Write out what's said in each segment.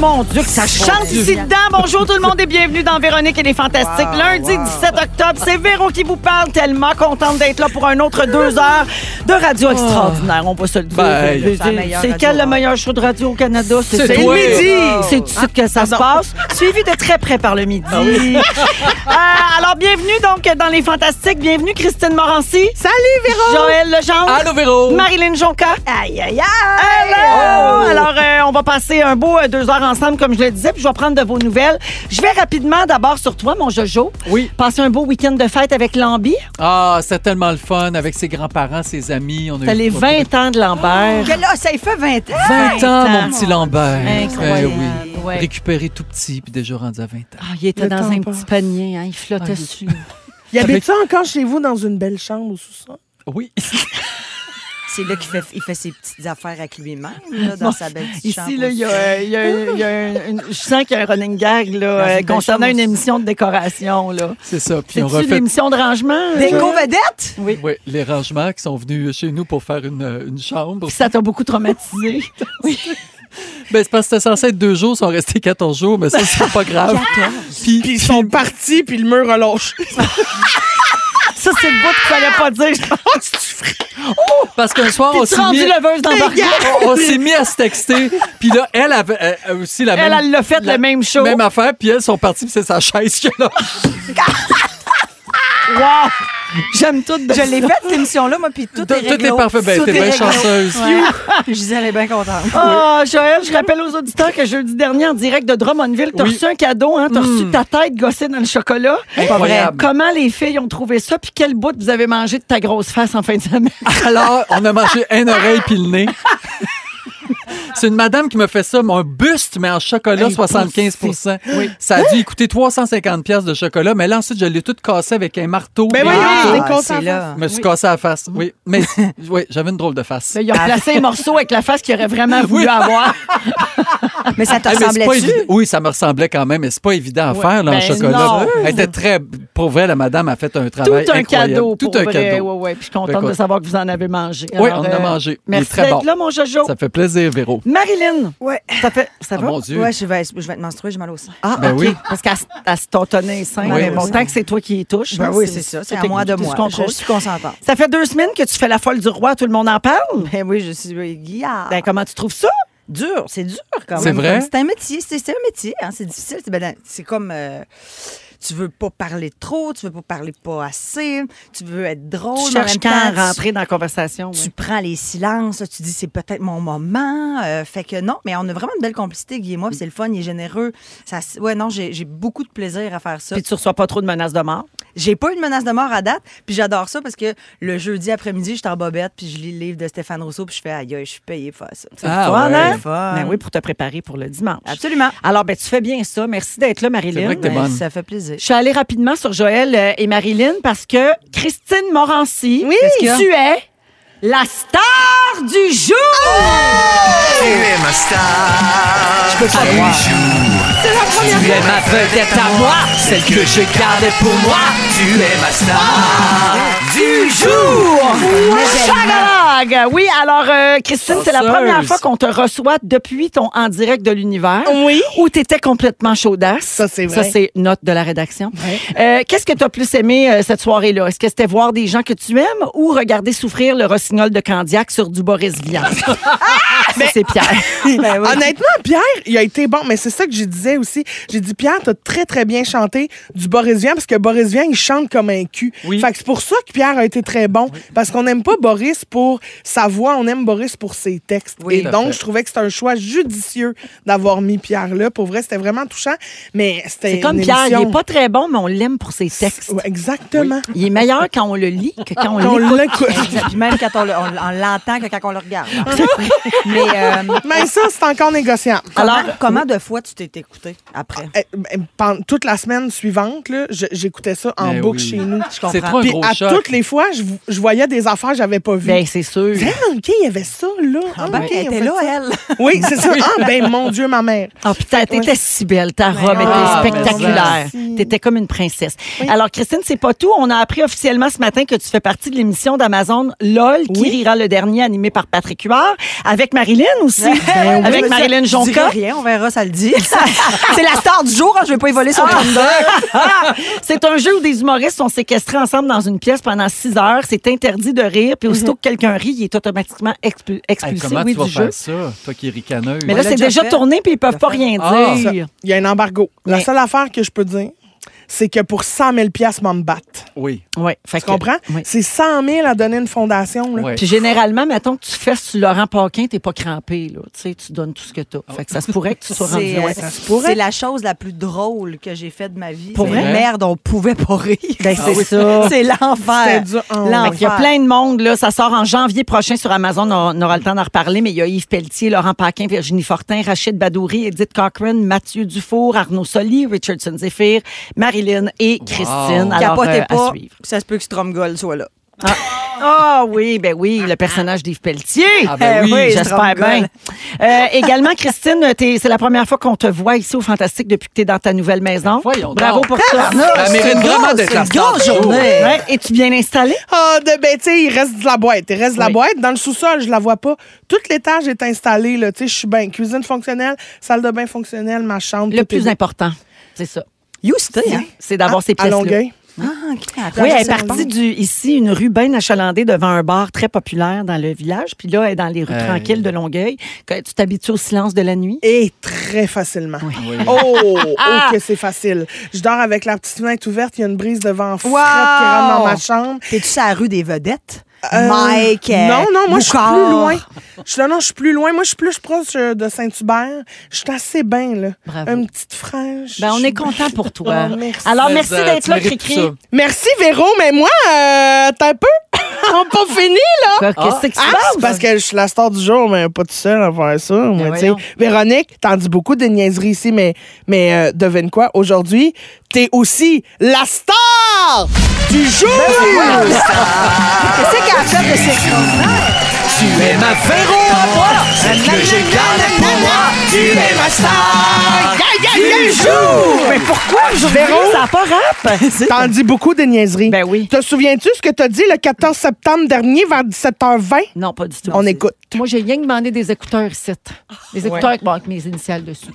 Mon Dieu, que ça chante ici dedans. Bonjour tout le monde et bienvenue dans Véronique et les Fantastiques. Lundi 17 octobre, c'est Véro qui vous parle. Tellement contente d'être là pour un autre deux heures de radio extraordinaire. On va se le dire. Ben, Je veux la dire, meilleure Ah. c'est radio, quel le hein. meilleur show de radio au Canada? C'est ça. toi. C'est tout de suite que ça se passe. Suivi de très près par le midi. Euh, alors, bienvenue donc dans les Fantastiques. Bienvenue Christine Morancy. Salut Véro. Joël Legendre. Allô, Véro! Marilyn Jonca. Aïe, aïe, aïe. Hello! Alors, euh, on va passer un beau euh, deux heures ensemble, comme je le disais, puis je vais prendre de vos nouvelles. Je vais rapidement d'abord sur toi, mon Jojo. Oui. Passer un beau week-end de fête avec Lambie. Ah, c'est tellement le fun avec ses grands-parents, ses amis. On a T'as eu les 20 ans de Lambert. Que là, ça y fait 20 ans. 20 ans, ans. mon petit Lambert. Incroyable, Ben oui. ouais. Récupéré tout petit, puis déjà rendu à 20 ans. Ah, il était Le dans temps un passe. petit panier, hein, il flottait Ah, dessus. Il habite ça encore chez vous dans une belle chambre au sous-sol? Oui. C'est là qu'il fait, il fait ses petites affaires avec lui-même, là, dans sa belle petite chambre. Ici, là, il y a, euh, il y a, il y a un- une- je sens qu'il y a un running gag là, Dans une euh, belle concernant chose. une émission de décoration. là. C'est ça. Puis on C'est-tu refait l'émission de rangement? Des là? vedettes Oui. oui, les rangements qui sont venus chez nous pour faire une, euh, une chambre. Ça t'a beaucoup traumatisé. Ben, c'est parce que c'était censé être deux jours, ils sont restés 14 jours, mais ça, c'est pas grave. puis, Puis ils sont partis, puis le mur relâche. Ça, c'est le bout qu'il fallait pas dire. je pense. Ah, parce qu'un soir, on T'es-tu s'est rendu mis... leveuse d'embarquer? on- on s'est mis à se texter. Puis là, elle avait euh, aussi la Elle, même... elle l'a fait la- le même show. Même affaire, puis elles sont parties, puis c'est sa chaise que là. Wow! J'aime tout de Je l'ai faite, cette émission-là, moi, puis tout, Tout est tout réglé. est parfait. Ben, Tout t'es est bien réglo. chanceuse. Je disais, elle est bien contente. Ah, Joël, je rappelle aux auditeurs que jeudi dernier, en direct de Drummondville, t'as Oui. reçu un cadeau, hein? T'as Hmm. reçu ta tête gossée dans le chocolat. Incroyable. Comment les filles ont trouvé ça, puis quel bout vous avez mangé de ta grosse face en fin de semaine? Alors, on a mangé une oreille puis le nez. C'est une madame qui me fait ça, mon buste, mais en chocolat, 75 Ça a dû coûter 350 pièces de chocolat, mais là, ensuite, je l'ai toute cassée avec un marteau. Ben Eh puis voyons, un couteau. t'es content. c'est là. Je me suis cassée la face, oui. Mais oui, j'avais une drôle de face. Là, ils ont placé un morceau avec la face qu'ils auraient vraiment voulu avoir. Ah Mais Ah, ça te Eh, mais c'est pas ressemblait-tu? évi- Oui, ça me ressemblait quand même, mais c'est pas évident à faire là, en Ben chocolat. non. Elle était très... Pour vrai, la madame a fait un Tout travail un ben, incroyable. cadeau Tout pour un vrai. cadeau. Ouais, ouais. Puis je suis contente Écoute. de savoir que vous en avez mangé. Oui, Alors, on en a euh, mangé. Il est Merci très d'être bon. là, mon Jojo. Ça fait plaisir, Véro. Marilyn, Ouais. ça, fait, ça Ah, va? mon Dieu. Ouais, je vais, je vais être menstruée, j'ai mal au sein. Ah, Ben OK. oui. Parce qu'à se- à se tontonner sain, Oui, mais bon, oui. tant que c'est toi qui y touches. Ben hein, oui, c'est ça. C'est à tout est- moi de tout est moi. sous contrôle. Je suis consentante. Ça fait deux semaines que tu fais la folle du roi, tout le monde en parle. Ben oui, je suis euh, guillard. Ben, comment tu trouves ça? Dur, c'est dur quand même. C'est vrai? C'est un métier, c'est c'est un métier, hein, c'est difficile. C'est ben, c'est comme euh, tu veux pas parler trop, tu veux pas parler pas assez, tu veux être drôle. Oh, Tu mais en cherches même quand à temps, tu- rentrer dans la conversation. Tu ouais. prends les silences, tu dis c'est peut-être mon moment. euh, fait que non, mais on a vraiment une belle complicité, Guy et moi, puis c'est le fun, il est généreux. Ça, s- ouais, non, j'ai j'ai beaucoup de plaisir à faire ça. Puis tu reçois pas trop de menaces de mort. J'ai pas eu de menace de mort à date, puis j'adore ça parce que le jeudi après-midi, je suis en bobette, puis je lis le livre de Stéphane Rousseau, puis je fais aïe, aïe, je suis payée pour faire ça. Ah Fun, ouais. hein? Fun. Ben oui, pour te préparer pour le dimanche. Absolument. Alors, ben, tu fais bien ça. Merci d'être là, Marilyn. C'est vrai que t'es Ben, bonne. Ça fait plaisir. Je suis allée rapidement sur Joël euh, et Marilyn parce que Christine Morancy, Qu'est-ce qu'il y a? tu es la star du jour! Tu es ma vedette à moi, celle que je garde pour moi. Tu es ma star du du jour! Chagalague! Oui, alors, euh, Christine, c'est la Chanceuse. première fois qu'on te reçoit depuis ton En direct de l'univers. Oui. Où tu étais complètement chaudasse. Ça, c'est Ça, vrai. c'est note de la rédaction. Euh, Qu'est-ce que tu as plus aimé euh, cette soirée-là? Est-ce que c'était voir des gens que tu aimes ou regarder souffrir le rossignol de Candiac sur du Boris Vian? Ça, c'est Pierre. Ben Honnêtement, Pierre, il a été bon, mais c'est ça que je disais aussi. J'ai dit, Pierre, t'as très, très bien chanté du Boris Vian, parce que Boris Vian, il chante comme un cul. Oui. Fait que c'est pour ça que Pierre a été très bon, parce qu'on n'aime pas Boris pour sa voix, on aime Boris pour ses textes. Oui, Et tout à donc, fait. je trouvais que c'était un choix judicieux d'avoir mis Pierre là. Pour vrai, c'était vraiment touchant, mais c'était. C'est comme une Pierre, il émission- n'est pas très bon, mais on l'aime pour ses textes. Ouais, exactement. Il est meilleur quand on le lit que quand On on l'écoute. l'écoute. Puis même quand on le- on on l'entend que quand on le regarde. Ah. Mais euh, Mais ça, c'est encore négociable. comment, Alors, comment de fois tu t'es écouté après? Eh, ben, pendant- toute la semaine suivante, là, je- j'écoutais ça en Ben boucle oui. chez nous. Je comprends. C'est trop un Puis gros à choc. toutes les fois, je, vo- je voyais des affaires que j'avais pas vues. Ben, c'est sûr. Ah, OK, il y avait ça, là. Ah, Ben, OK, elle on était fait là, ça. elle. Oui, c'est ça. Ah, ben, mon Dieu, ma mère. Ah, putain, t'étais si belle. Ta Ben robe était ah, spectaculaire. mais merci. T'étais comme une princesse. Alors, Christine, c'est pas tout. On a appris officiellement ce matin que tu fais partie de l'émission d'Amazon LOL, qui rira le dernier, animé par Patrick Huard, avec Marilyn aussi. Ben Ben avec Marilyn Je dirai Jonca. rien, on verra, ça le dit. C'est la star du jour, hein, je vais pas y voler son calendrier. C'est un jeu où des humoristes sont séquestrés ensemble dans une pièce pendant six heures. C'est interdit de rire. Puis aussitôt que quelqu'un rit, il est automatiquement expu- Hey, expulsé comment oui, tu vas du jeu. faire ça, toi qui es ricaneux? Mais On là, l'a c'est déjà déjà fait. tourné, puis ils peuvent pas fait. rien Ah. Ça, dire. Il y a un embargo. La Mais- seule affaire que je peux dire, c'est que pour 100 000 moi, me battre. Oui. Ouais, fait Tu que- comprends? Oui. C'est 100 000 à donner une fondation, là. Ouais. Puis généralement, mettons que tu fesses sur Laurent Paquin, t'es pas crampé, là. Tu sais, tu donnes tout ce que t'as. Fait que ça se pourrait que tu sois rendu C'est loin. euh, c'est la chose la plus drôle que j'ai faite de ma vie. Pour C'est vrai? Ben, Merde, on pouvait pas rire. Ah c'est ça. C'est l'enfer. C'était dur. Ah, ouais. L'enfer. Fait qu'il y a plein de monde, là. Ça sort en janvier prochain sur Amazon. On on aura le temps d'en reparler, mais il y a Yves Pelletier, Laurent Paquin, Virginie Fortin, Rachid Badouri, Edith Cochran, Mathieu Dufour, Arnaud Soli, Richardson Zephyr, Marilyn et Christine. Alors, Capotez euh, à pas, suivre. ça se peut que Stromgol soit là. Ah oui, ben oui, le personnage d'Yves Pelletier. Ah ben oui, j'espère bien. Stromgol. Euh, également, Christine, t'es- c'est la première fois qu'on te voit ici au Fantastique depuis que tu es dans ta nouvelle maison. Ben, voyons donc. Ah, Bravo pour ça. Elle mérite vraiment d'être la star du jour. Ouais, Es-tu bien installée? Ah, de ben, tu sais, il reste de la boîte. Il reste de la Oui. boîte. Dans le sous-sol, je la vois pas. Tout l'étage est installé, là. Tu sais, je suis bien. Cuisine fonctionnelle, salle de bain fonctionnelle, ma chambre. Le tout est plus beau. important, c'est ça. Houston, hein? C'est d'avoir ces À pièces-là. Longueuil. Ah, OK. Attends, Oui, je elle est sais pas. partie du, ici, une rue bien achalandée devant un bar très populaire dans le village. Puis là, elle est dans les rues Hey. tranquilles de Longueuil. Que- Tu t'habitues au silence de la nuit? Et très facilement. Oui. Oh, oh Ah! que c'est facile. Je dors avec la petite fenêtre ouverte, il y a une brise de vent frais Wow! qui rentre dans ma chambre. T'es-tu sur la rue des vedettes? Euh, Mike. euh, Non, non, moi, je suis Boucard. plus loin. Je, non, non, je suis plus loin. Moi, je suis plus proche euh, de Saint-Hubert. Je suis assez bien, là. Bravo. Une petite frange. Ben, on Je- est content pour toi. Oh, merci. Alors, Mais, merci euh, d'être tu là, mérites Cricri. Ah, ça. Merci, Véro, mais moi, euh, t'as un peu. on pas fini, là. Quoi, Qu'est-ce que Ah, c'est c'est parce que je suis la star du jour, mais pas tout seul à faire ça. moi, tu sais. Ben voyons. Véronique, t'en dis beaucoup de niaiseries ici, mais, mais euh, devine quoi, aujourd'hui, t'es aussi la star du jour! Ah. Qu'est-ce qu'elle a fait de ses Tu es ma Véro à moi, celle que je garde pour moi. Tu es ma star du jour. Mais pourquoi aujourd'hui, Véro? ça n'a pas rap? T'en dis beaucoup de niaiseries. Ben oui. Te souviens-tu ce que t'as dit le 14 septembre dernier vers 17h20? Non, pas du tout. On écoute. Moi, j'ai rien demandé des écouteurs ici. Des écouteurs bon, avec mes initiales dessus.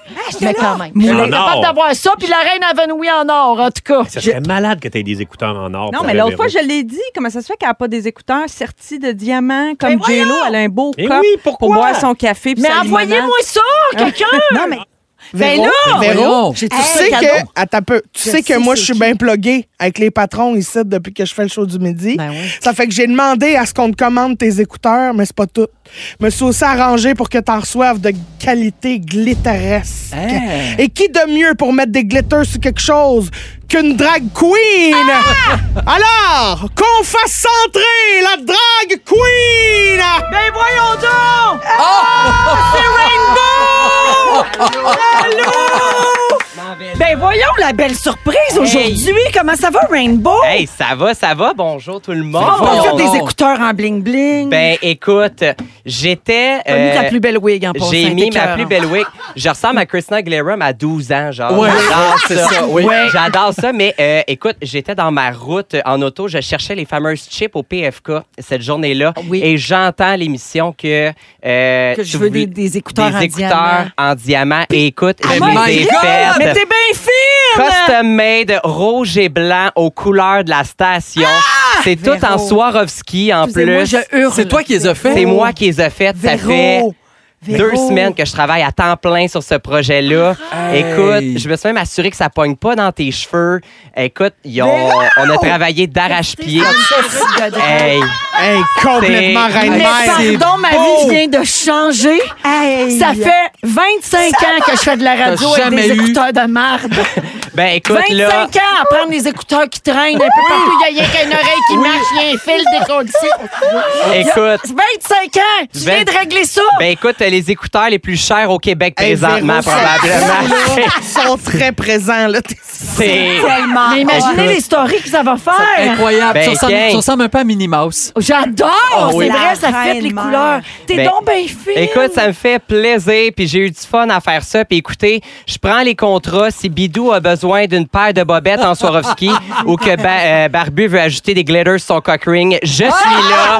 Mais quand même. En Je suis capable or. d'avoir ça, puis la reine avenouille en or, en tout cas. Ça serait malade que t'aies des écouteurs en or. Non, pour mais le l'autre fois, Véro. je l'ai dit. Comment ça se fait qu'elle n'a pas des écouteurs sertis de diamants comme J-Lo? Elle a un beau Eh cup oui, pourquoi? pour boire son café. puis Mais sa limonade. envoyez-moi ça, quelqu'un! Non, mais Ben là! Voyons. Véro, tu sais cadeau. que, attends un peu, tu sais que sais moi, c'est je suis qui. bien pluguée avec les patrons ici depuis que je fais le show du midi. Ben oui. Ça fait que j'ai demandé à ce qu'on te commande tes écouteurs, mais c'est pas tout. Je me suis aussi arrangé pour que t'en reçoives de qualité glitteresque. Hein? Et qui de mieux pour mettre des glitters sur quelque chose qu'une drag queen? Alors, qu'on fasse centrer la drag queen! Ben voyons donc! Ah! Rainbow! Ben voyons la belle surprise aujourd'hui. Comment ça va, Rainbow? Hey, ça va, ça va. Bonjour tout le monde. Oh, mon Dieu, des écouteurs en bling-bling. Ben écoute, j'étais. euh, Mm. T'as mis ta plus belle wig en passant, J'ai mis t'es ma cœur, plus hein. belle wig. Je ressemble à Christina Aguilera à 12 ans, genre. Ouais, J'adore c'est ça, oui. Ouais. J'adore ça, mais euh, écoute, j'étais dans ma route euh, en auto, je cherchais les fameuses chips au PFK cette journée-là. Et j'entends à l'émission que. euh, Ah Que je tu veux voulais- des- des écouteurs en Des écouteurs en diamant. Et écoute, Ah, je my me les ai God! faites. Mais t'es bien fine! Custom made rouge et blanc aux couleurs de la station. Ah! c'est tout en Véro. Swarovski en Excusez-moi, plus. je hurle. C'est toi qui les as fait? C'est moi qui les ai faites. Ça Véro. fait Véro. deux semaines que je travaille à temps plein sur ce projet-là. Hey. Écoute, je me suis même assuré que ça pogne pas dans tes cheveux. Écoute, ils ont- Véro. on a travaillé d'arrache-pied. Hey. Hey, complètement C'est- reine Mais Mais pardon, ma vie vient de changer. Ça fait 25 ans que je fais de la radio T'as avec jamais des eu- écouteurs de marde. Ben écoute, 25 là. ans à prendre les écouteurs qui traînent un peu partout. Il y a rien qu'une oreille qui marche, il y a un fil déconditionné. Écoute. 25 ans! Tu viens de régler ça? Ben écoute, les écouteurs les plus chers au Québec Hey, Véro, présentement, ces probablement. gens-là sont très présents. Là. C'est- Tellement. Ah, Mais imaginez Écoute. les stories que ça va faire. Incroyable. Ben, tu, ressembles, gang. tu ressembles un peu à Minnie Mouse. J'adore! Ah oui. C'est vrai, ça La fait les reine mère. couleurs. T'es Ben, donc bien fine. Écoute, ça me fait plaisir, puis j'ai eu du fun à faire ça. Puis écoutez, je prends les contrats. Si Bidou a besoin d'une paire de bobettes en Swarovski ou que Ba- euh, Barbu veut ajouter des glitters sur son cock ring, je suis là. Ah!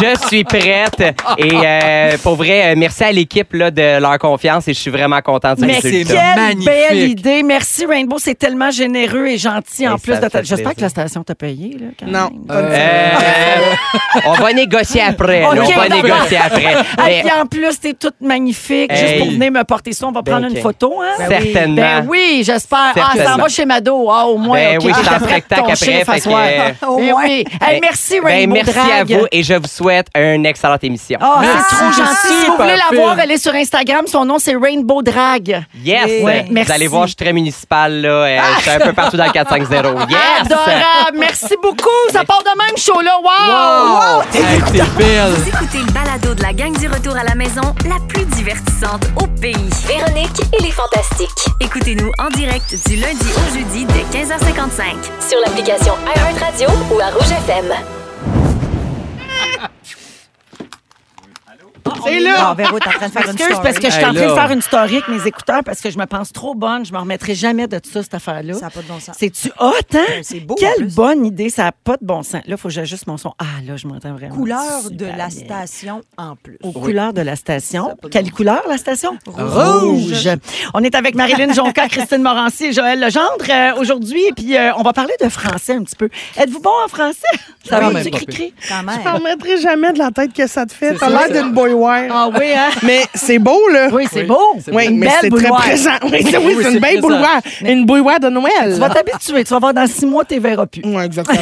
Je suis prête. Et euh, pour vrai, euh, merci à l'équipe là, de leur confiance et je suis vraiment contente du Mais résultat. quelle belle idée. Merci, Rainbow. C'est tellement généreux et gentil en Et plus ça de fait ta... J'espère plaisir. que la station t'a payé. Là, quand Non. même. Euh, on va négocier après. là. OK, on va d'accord. négocier après. Et Mais- puis en plus, t'es toute magnifique. Juste Hey. pour venir me porter ça, on va Ben, prendre une OK. photo. Hein? Ben oui. Certainement. Ben oui, j'espère. Ah, ça en Certainement. va chez Mado. Ah, au moins. Ben OK, oui, je suis en j'étais prête spectacle ton après, chiffre fait à soir. que- Ben oui. Hey, Ben, merci, ben, Rainbow merci à Drag. vous et je vous souhaite une excellente émission. Ah, Merci, c'est trop c'est gentil. Si vous super voulez la voir, fine. elle est sur Instagram. Son nom, c'est Rainbow Drag. Yes! Ouais, vous merci. allez voir, je suis très municipal, là. euh, Je suis un peu partout dans le 450. Yes! Adorable. Merci beaucoup. Ça part de même, show là. Wow! Wow! Hey, t'es belle. Vous écoutez le balado de la gang du retour à la maison, la plus divertissante au pays. Véronique et les Fantastiques. Écoutez-nous en direct du lundi au jeudi dès 15h55 sur l'application iHeartRadio ou à Rouge FM. C'est Non, là. Véro, t'es en train de faire une Excuse, story. parce que je suis en Hey, train de là. faire une story avec mes écouteurs parce que je me pense trop bonne. Je me remettrai jamais de ça, cette affaire-là. Ça n'a pas de bon sens. C'est-tu hot, hein? Ben, c'est beau, en Quelle plus. bonne idée. Ça n'a pas de bon sens. Là, il faut que j'ajuste mon son. Ah, là, je m'entends vraiment. Couleur de super la bien. station en plus. Aux couleurs de la Ça station. a pas de Quelle bon couleur, la station? Rouge. On est avec Marilyn Jonca, Christine Morancy et Joël Legendre euh, aujourd'hui. Puis, euh, on va parler de français un petit peu. Êtes-vous bon en français? Ça Quand va, même tu pas cri-cri? Quand même. Je ne remettrai jamais de la tête que ça te fait. C'est ça, T'as l'air ça. d'une boywear. Ah oui, hein? Mais c'est beau, là. Oui, c'est Oui, beau. c'est Oui, Une mais belle c'est très bouilloire. présent. Oui, c'est- oui, Oui, c'est c'est une belle présent. bouilloire. Une bouilloire de Tu vas Noël. t'habituer. Tu vas voir dans six mois, tu ne verras plus. Oui, exactement.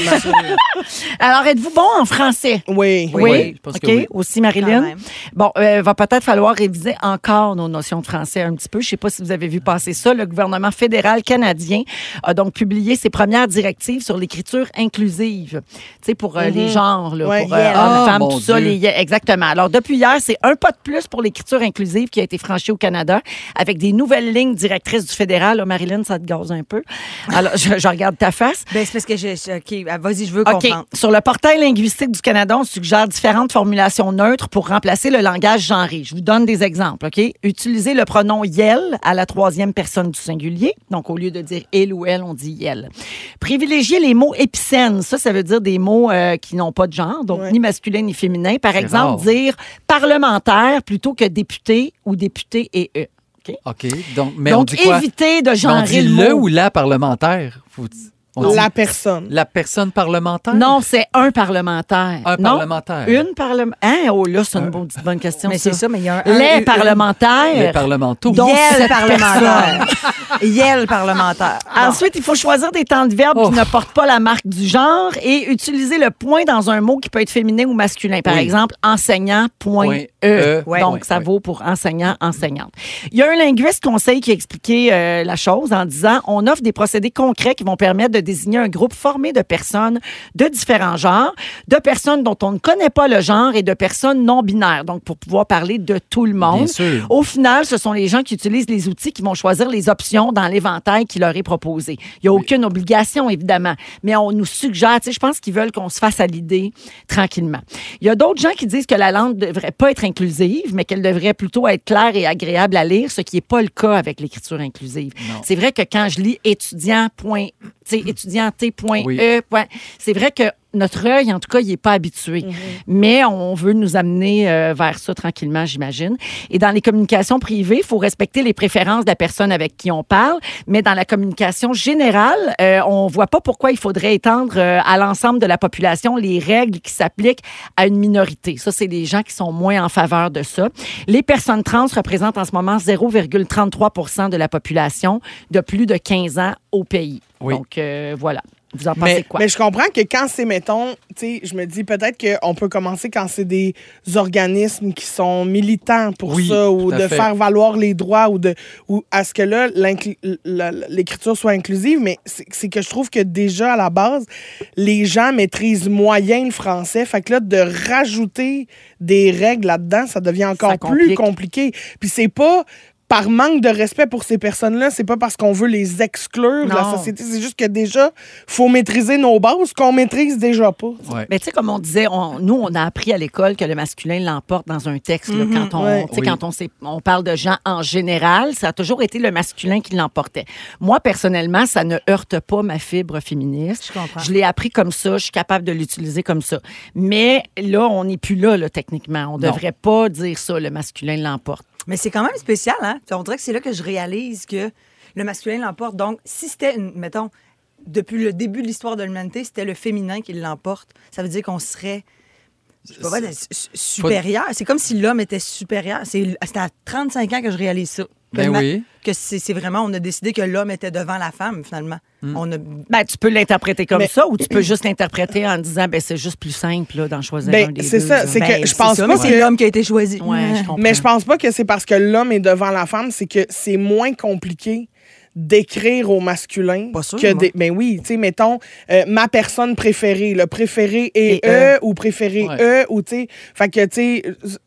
Alors, êtes-vous bon en français? oui. Oui. je pense OK. que oui. Aussi, Quand Marilyn. même. Bon, euh, va peut-être falloir réviser encore nos notions de français un petit peu. Je ne sais pas si vous avez vu passer ça. Le gouvernement fédéral canadien a donc publié ses premières directives sur l'écriture inclusive. Tu sais, pour euh, les genres, là, Ouais. pour euh, Yeah. hommes, Ah, femmes, mon tout ça. Dieu. les- euh, exactement. Alors, depuis hier, c'est un pas de plus pour l'écriture inclusive qui a été franchi au Canada avec des nouvelles lignes directrices du fédéral. Là, Marilyn, ça te gaze un peu. Alors, je- je regarde ta face. Ben, c'est parce que je. je- OK, ah, vas-y, je veux OK. comprendre. Sur le portail linguistique du Canada, on suggère différentes formulations neutres pour remplacer le langage genré. Je vous donne des exemples, OK? Utiliser le pronom yel à la troisième personne du singulier. Donc, au lieu de dire il ou elle, on dit yel. Privilégier les mots épicènes. Ça, ça veut dire des mots euh, qui n'ont pas de genre, donc ni masculin ni féminin. Par exemple, rare. dire parlementaire plutôt que député ou député et eux. OK? OK. Donc, mais on donc, dit quoi? éviter de on genrer dit le, le mot. ou la parlementaire. Faut- on dit La personne. la personne parlementaire? Non, c'est un parlementaire. Un Non, parlementaire. Euh, Une parlementaire. Hein? Oh là, c'est une bonne, petite bonne question. Mais c'est ça, mais il y a un. un- Les une- Les parlementaires. parlementaux. Donc, Yel cette parlementaire. Yel parlementaire. Ensuite, il faut choisir des temps de verbe Oh. qui ne portent pas la marque du genre et utiliser le point dans un mot qui peut être féminin ou masculin. Par Oui. exemple, enseignant, point, Point, E. E. Ouais. Donc, Ouais, ça vaut pour enseignant, enseignante. Il y a un linguiste conseil qui a expliqué euh, la chose en disant on offre des procédés concrets qui vont permettre de désigner un groupe formé de personnes de différents genres, de personnes dont on ne connaît pas le genre et de personnes non binaires. Donc, pour pouvoir parler de tout le monde. Bien sûr. Au final, ce sont les gens qui utilisent les outils qui vont choisir les options dans l'éventail qui leur est proposé. Il n'y a aucune obligation, évidemment, mais on nous suggère, tu sais, je pense qu'ils veulent qu'on se fasse à l'idée tranquillement. Il y a d'autres gens qui disent que la langue ne devrait pas être inclusive, mais qu'elle devrait plutôt être claire et agréable à lire, ce qui n'est pas le cas avec l'écriture inclusive. C'est vrai que quand je lis étudiant, point, tu sais, étudianté, point, Oui. E, point, c'est vrai que notre œil, en tout cas, il n'est pas habitué. Mais on veut nous amener euh, vers ça tranquillement, j'imagine. Et dans les communications privées, il faut respecter les préférences de la personne avec qui on parle. Mais dans la communication générale, euh, on ne voit pas pourquoi il faudrait étendre euh, à l'ensemble de la population les règles qui s'appliquent à une minorité. Ça, c'est les gens qui sont moins en faveur de ça. Les personnes trans représentent en ce moment 0,33 de la population de plus de 15 ans au pays. Donc, euh, voilà. Vous en pensez quoi? Mais je comprends que quand c'est, mettons, tu sais, je me dis peut-être qu'on peut commencer quand c'est des organismes qui sont militants pour Oui, ça ou tout à de fait. faire valoir les droits ou de ou à ce que là, l'inclu- la- l'écriture soit inclusive, mais c'est c'est que je trouve que déjà à la base, les gens maîtrisent moyen le français. Fait que là, de rajouter des règles là-dedans, ça devient encore plus complique. compliqué. Puis c'est pas par manque de respect pour ces personnes-là, c'est pas parce qu'on veut les exclure de la Non. société, c'est juste que déjà, faut maîtriser nos bases qu'on maîtrise déjà pas. Mais tu sais, comme on disait, on- nous, on a appris à l'école que le masculin l'emporte dans un texte. là, Mhm, quand on, ouais. tu sais, Oui. quand on, s'est- on parle de gens en général, ça a toujours été le masculin qui l'emportait. Moi, personnellement, ça ne heurte pas ma fibre féministe. Je comprends. l'ai appris comme ça, je suis capable de l'utiliser comme ça. Mais là, on n'est plus là, là, techniquement. On ne Non. devrait pas dire ça, le masculin l'emporte. Mais c'est quand même spécial, hein? On dirait que c'est là que je réalise que le masculin l'emporte. Donc, si c'était, une- mettons, depuis le début de l'histoire de l'humanité, c'était le féminin qui l'emporte, ça veut dire qu'on serait je sais pas, C'est- ben, su- supérieur. C'est comme si l'homme était supérieur. C'est c'est à 35 ans que je réalise ça. Ben Finalement, oui. Que c'est c'est vraiment, on a décidé que l'homme était devant la femme, finalement. Hmm. On a... Ben, tu peux l'interpréter comme Mais- ça ou tu peux juste l'interpréter en disant, ben, c'est juste plus simple là, d'en choisir Ben, un des c'est deux, ça, là. c'est Ben, que je pense ça, pas mais c'est l'homme qui a été choisi. Ouais, je comprends. Mais je pense pas que c'est parce que l'homme est devant la femme, c'est que c'est moins compliqué d'écrire au masculin sûr, que moi. des ben oui, tu sais mettons euh, ma personne préférée, le préféré et, eux Et eux. ou préféré Ouais. eux ou tu sais fait que tu sais euh,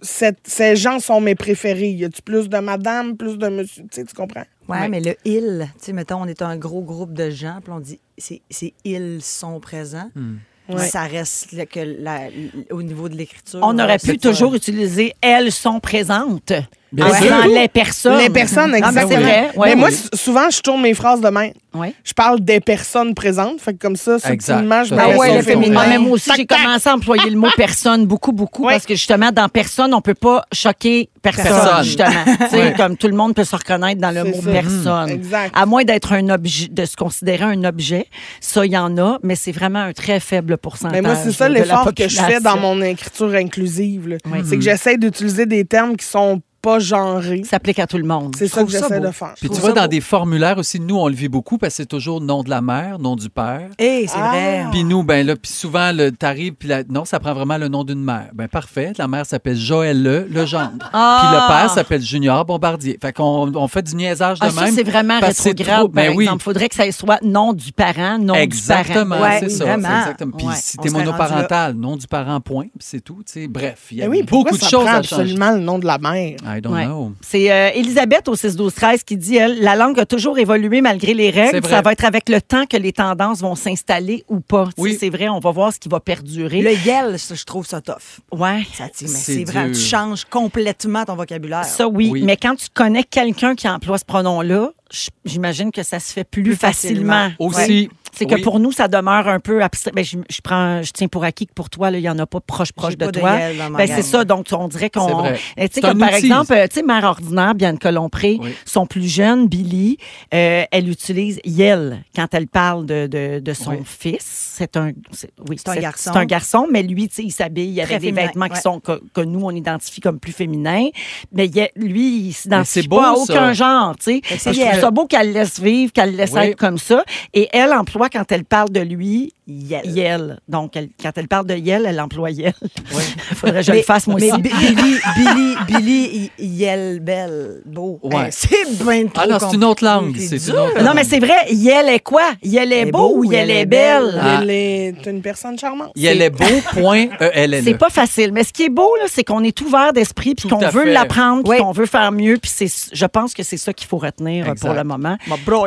cette- ces gens sont mes préférés, y a-tu plus de madame, plus de monsieur, tu sais tu comprends Ouais, mais le il, tu sais, mettons, on est un gros groupe de gens, puis on dit, c'est c'est ils sont présents. Hmm. Ouais. Ça reste le- que la- l- au niveau de l'écriture. euh, On aurait c'est pu ça. toujours utiliser elles sont présentes. Bien en sûr. disant les personnes. Les personnes, Ah, ben Non, mais exactement. c'est vrai. mais ouais. moi, s- souvent, je tourne mes phrases de main. Ouais. Je parle des personnes présentes. Fait que comme ça, Exact. subtilement, je me Ah laisse ouais, au le féminin. féminin. Ah, mais moi aussi, Tac, j'ai tac. commencé à employer le mot personne beaucoup, beaucoup, parce que justement, dans personne, on peut pas choquer personne, Personne. justement. Tu sais, Ouais. comme tout le monde peut se reconnaître dans le C'est mot ça. Mmh. personne. Exact. À moins d'être un objet, de se considérer un objet. Ça, il y en a, mais c'est vraiment un très faible pourcentage. Mais moi, c'est ça là, de la l'effort que je fais dans population. mon écriture inclusive. là. Oui. C'est que j'essaie d'utiliser des termes qui sont pas genrés. Ça s'applique à tout le monde. C'est ça que trouve ça j'essaie beau. de faire. Puis tu trouve vois, ça dans beau. des formulaires aussi, nous, on le vit beaucoup parce que c'est toujours nom de la mère, nom du père. Eh, c'est Ah. vrai. Puis nous, ben là, puis souvent, le- t'arrives, puis la- non, ça prend vraiment le nom d'une mère. Ben parfait, la mère s'appelle Joël Le, le gendre. Ah! Puis le père s'appelle Junior Bombardier. Fait qu'on on fait du niaisage de Ah, même. ça, c'est vraiment parce que c'est rétrograde, trop- par ben oui. exemple. faudrait que ça soit nom du parent, nom Exactement, du parent. Ouais, c'est ça. vraiment. c'est exactement. Puis Ouais, si on t'es serait rendu monoparental, nom du parent, point, puis c'est tout. tu sais. Bref, il y a Mais oui, pourquoi beaucoup de ça choses prend à changer. absolument le nom de la mère. I don't Ouais. know. C'est euh, Elisabeth au 6-12-13 qui dit, elle, la langue a toujours évolué malgré les C'est règles. vrai. Ça va être avec le temps que les tendances vont s'installer ou pas. Tu sais, Oui. C'est vrai, on va voir ce qui va perdurer. Le yel, ça, je trouve ça tough. Ouais. Ça tient, mais C'est c'est vrai, dur. tu changes complètement ton vocabulaire. Ça, oui. Oui. Mais quand tu connais quelqu'un qui emploie ce pronom-là, j- j'imagine que ça se fait plus, Plus facilement. facilement. Aussi. C'est que Oui. pour nous, ça demeure un peu abstrait. Ben, je, je prends, je tiens pour acquis que pour toi, là, il n'y en a pas proche, proche J'ai de pas de toi. yel dans ma ben, gang. c'est ça. Donc, on dirait C'est qu'on. vrai. Eh, Tu sais, C'est un comme par outil. exemple, euh, tu sais, Mère Ordinaire, Bianca Lompré, Oui. son plus jeune, Billy, euh, elle utilise yel quand elle parle de, de, de son Oui. fils. C'est un, c'est- oui, C'est un garçon. C'est un garçon, mais lui, tu sais, il s'habille Très avec des féminin, vêtements qui ouais. sont que, que nous, on identifie comme plus féminins. Mais yel- lui, il c'est s'identifie beau, pas à ça. aucun genre, tu sais. c'est Je trouve yel. ça beau qu'elle laisse vivre, qu'elle laisse Oui. être comme ça. Et elle, emploie emploie quand elle parle de lui Yel. Donc, elle- quand elle parle de Yel, elle emploie Yel. Il faudrait que je le Mais- fasse, moi mais aussi. Bi- Billy, Billy, Billy, I- Yel, Belle, beau. Ouais. Hey, c'est bien trop Ah non, c'est une autre langue. compliqué. C'est une autre Oh, Non, mais c'est vrai, Yel est quoi? Yel est beau Oh, ou Yel est belle? Ah. Elle est une personne charmante. Il y a les euh, C'est pas facile. Mais ce qui est beau, là, c'est qu'on est ouvert d'esprit, puis Tout qu'on à veut fait. l'apprendre, puis Oui. qu'on veut faire mieux. Puis c'est, je pense que c'est ça qu'il faut retenir euh, pour Exact. le moment.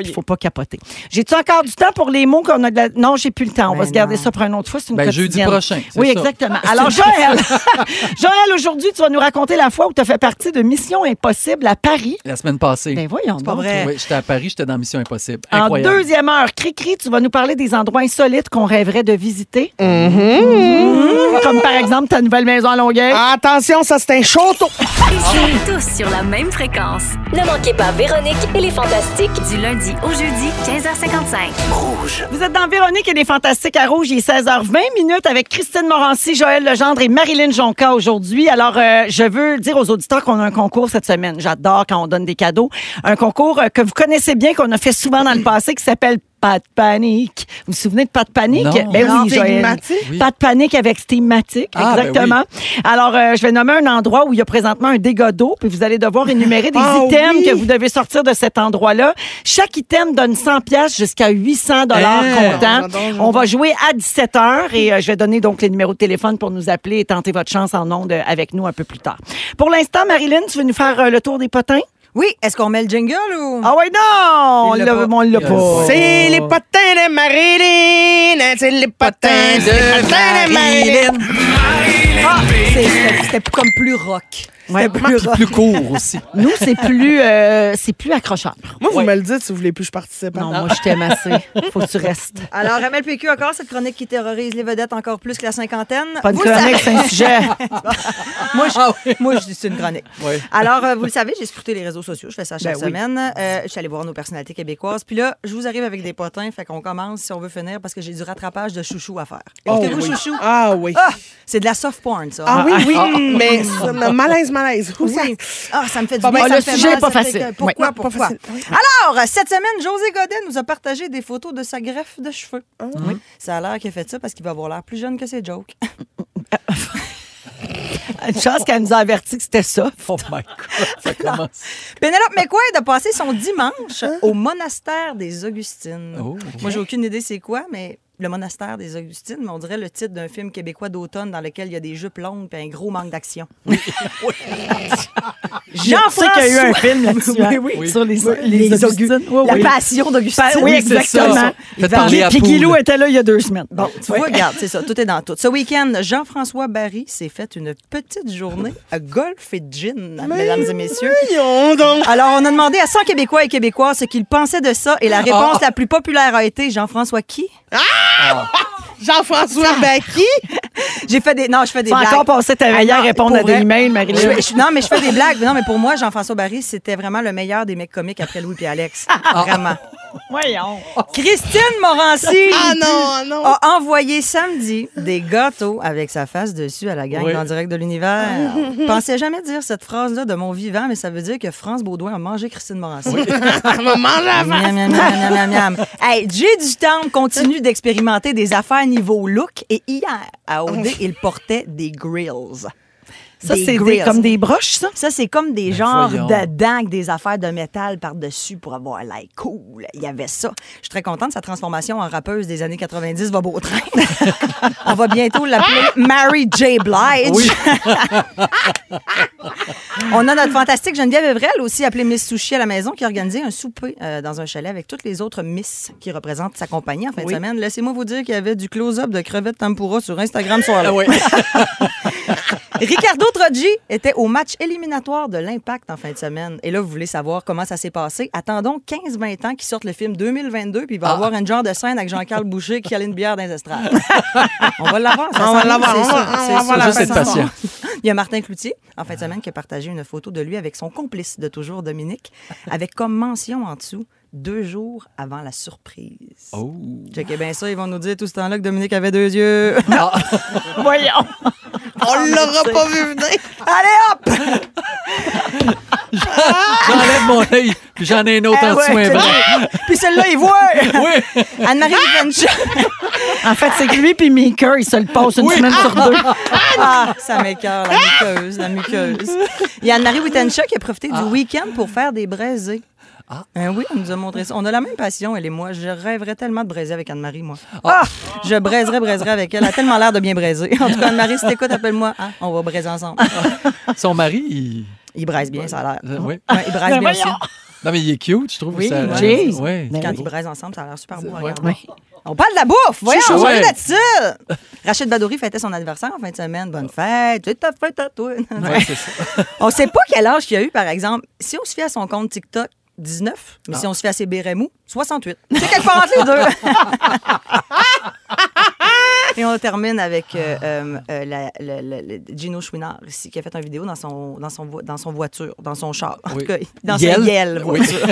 Il faut pas capoter. J'ai-tu encore du temps pour les mots qu'on a de la... Non, j'ai plus le temps. On va se garder ça pour une autre fois. C'est une Ben, jeudi quotidienne. prochain, c'est Oui, ça. exactement. Ah, Alors, Joël, Joël, aujourd'hui, tu vas nous raconter la fois où tu as fait partie de Mission Impossible à Paris. La semaine passée. Ben voyons donc. Oui, j'étais à Paris, j'étais dans Mission Impossible. En Incroyable. deuxième heure, Cri-Cri, tu vas nous parler des endroits insolites qu'on rêverait de visiter. Mm-hmm. Mhm. Comme par exemple ta nouvelle maison à Longueuil. Attention, ça c'est un château. Ils sont tous sur la même fréquence. Ne manquez pas Véronique et les Fantastiques du lundi au jeudi 15h55. Vous êtes dans Véronique et les Fantastiques à Rouge. Il est 16h20 minutes avec Christine Morancy, Joël Legendre et Marilyn Jonca aujourd'hui. Alors, euh, je veux dire aux auditeurs qu'on a un concours cette semaine. J'adore quand on donne des cadeaux. Un concours euh, que vous connaissez bien, qu'on a fait souvent dans le passé, qui s'appelle Pas de panique. Vous vous souvenez de Pas de panique? Non. Ben Non, oui, Joël. Stigmatique. Oui. Pas de panique avec Stigmatique, Ah, ben exactement. Alors, euh, je vais nommer un endroit où il y a présentement un dégât d'eau, puis vous allez devoir énumérer des Ah, items oui. que vous devez sortir de cet endroit-là. Chaque item donne 100 pièces jusqu'à 800 dollars Hey. comptant. J'adore, j'adore. On va jouer à 17 h et euh, je vais donner donc les numéros de téléphone pour nous appeler et tenter votre chance en ondes euh, avec nous un peu plus tard. Pour l'instant, Marilyn, tu veux nous faire euh, le tour des potins? Oui, est-ce qu'on met le jingle ou. Ah ouais, non! On Il l'a l'a pas. on l'a Il pas. l'a pas. C'est les potins de Marilyn, hein, c'est les potins, Euh, c'est les potins de Marilyn. C'est- C'était c'était comme plus rock. Ouais. Puis plus court aussi. Nous, c'est plus, euh, c'est plus accrocheur. Moi, vous me le dites si vous voulez plus Ah, je participe. Non, moi, je t'aime assez. Faut que tu restes. Alors, MLPQ encore, cette chronique qui terrorise les vedettes encore plus que la cinquantaine. Pas de Vous le savez- chronique, c'est un sujet. Moi, je, Ah moi, je dis c'est une chronique. Oui. Alors, euh, vous le savez, j'ai scruté les réseaux sociaux. Je fais ça chaque Ben oui. semaine. Euh, je suis allée voir nos personnalités québécoises. Puis là, je vous arrive avec des potins. Fait qu'on commence si on veut finir parce que j'ai du rattrapage de chouchou à faire. Écoutez-vous, chouchou. Ah oh, oui. Ah, c'est de la soft porn, ça. Ah oui, oui, mais ça me- malaise, malaise. Où ça? Oui. Ah, ça me fait du Pas bien. mal. ça Ah, me le fait sujet mal, est pas ça me facile. fait que- Ouais, Pourquoi, pas pourquoi? facile. Oui. Alors, euh, cette semaine, José Godet nous a partagé des photos de sa greffe de cheveux. Oui. Ça a l'air qu'il a fait ça parce qu'il va avoir l'air plus jeune que ses jokes. Une chance qu'elle nous a averti que c'était ça. Oh my God, ça commence. Pénélope McQuaid a passé son dimanche au monastère des Augustines. Oh. Moi, j'ai aucune idée c'est quoi, mais le monastère des Augustines, mais on dirait le titre d'un film québécois d'automne dans lequel il y a des jupes longues et un gros manque d'action. Jean-François. Jean-François- qu'il y a eu un film là-dessus. hein, Sur les, les, Augustines. Oui, La oui. passion d'Augustine. Pa- oui, Oui, c'est exactement. ça. Il va- Faites parler à Puis Poule. Guilou était là il y a deux semaines. Bon, Tu vois, regarde, c'est ça, tout est dans tout. Ce week-end, Jean-François Barry s'est fait une petite journée à golf et gin, mesdames et messieurs. Voyons donc. Alors, on a demandé à 100 Québécois et Québécoises ce qu'ils pensaient de ça, et Ah. la réponse la plus populaire a été Jean-François qui? Jean-François Baki. J'ai fait des. Non, je fais des ben, Tu vas blagues. encore passer ta veille à Ah non, répondre pour à des vrai. emails, Marilyn. Je- je- non, mais je fais des blagues. Non, mais pour moi, Jean-François Barry, c'était vraiment le meilleur des mecs comiques après Louis et Alex. Vraiment. Ah. Voyons. Christine Morancy Ah non, ah non. a envoyé samedi des gâteaux avec sa face dessus à la gang Oui. en direct de l'univers. Je pensais jamais dire cette phrase-là de mon vivant, mais ça veut dire que France Baudouin a mangé Christine Morancy. Elle m'a mangé la face. Miam, miam, miam, miam, miam, miam. Hey, Jay Dutemps continue d'expérimenter des affaires niveau look et hier, à OD, il portait des grills. Ça, c'est des- grills. comme des broches, ça? Ça, c'est comme des genres Ben, voyons. de dents avec des affaires de métal par-dessus pour avoir l'air cool. Il y avait ça. Je suis très contente. Sa transformation en rappeuse des années 90 va beau train. On va bientôt l'appeler Mary J. Blige. On a notre fantastique Geneviève Evrel, aussi appelée Miss Sushi à la maison, qui a organisé un souper euh, dans un chalet avec toutes les autres Miss qui représentent sa compagnie en fin de semaine. Laissez-moi vous dire qu'il y avait du close-up de crevettes tempura sur Instagram soir Ah oui. Ricardo Troggi était au match éliminatoire de l'Impact en fin de semaine. Et là, vous voulez savoir comment ça s'est passé. Attendons 15-20 ans qu'il sorte le film 2022, puis il va Ah. y avoir une genre de scène avec Jean-Carl Boucher qui a une bière dans les estrades. on va l'avoir. ça On va s'en l'avoir, vient, on c'est va- on sûr, c'est va sûr. avoir la Juste être face. patient. Il y a Martin Cloutier, en fin de semaine, qui a partagé une photo de lui avec son complice de toujours, Dominique, avec comme mention en dessous deux jours avant la surprise. Oh. Checkez bien ça, ils vont nous dire tout ce temps-là que Dominique avait deux yeux. Voyons. On l'aura pas vu venir. Allez hop! J'enlève mon œil, puis j'en ai un autre Ah en ouais, dessous, un c'est blanc. Puis celle-là, il voit. Ah, Oui. Anne-Marie Venture. En fait, c'est que lui puis Maker, ils se le passent une semaine sur deux. Ah, ça m'écœure, la muqueuse, la muqueuse. Il y a Anne-Marie Wittencha qui a profité du week-end pour faire des braisés. Ah. oui, on nous a montré ça. On a la même passion, elle et moi. Je rêverais tellement de braiser avec Anne-Marie, moi. Ah! Je braiserais, braiserais avec elle. Elle a tellement l'air de bien braiser. En tout cas, Anne-Marie, si t'écoutes, appelle-moi. Ah, on va braiser ensemble. Ah. Son mari, il. Il braise bien, ça a l'air. Euh, oui. Ouais, il braise Mais bien aussi. voyons! Non, mais il est cute, je trouve. Oui, ça... jeez. Ouais. Ben Puis Quand ils braisent ensemble, ça a l'air super beau. Ben Ouais. regarde. On parle de la bouffe, voyons, chaud. on Ouais. parle de ça. Rachid Badouri fêtait son anniversaire en fin de semaine. Bonne fête, c'est ta fête à toi. Ouais, c'est ça. on sait pas quel âge qu'il a eu, par exemple. Si on se fie à son compte TikTok, 19. Mais Ah. si on se fie à ses bérémous, 68. C'est quelque part entre les deux. Et on termine avec euh, euh, euh, la- la- la- la- Gino Chouinard, ici, qui a fait une vidéo dans son, dans son, vo- dans son voiture, dans son char. En Oui. tout cas, dans Yel. son Yel Oui. voiture.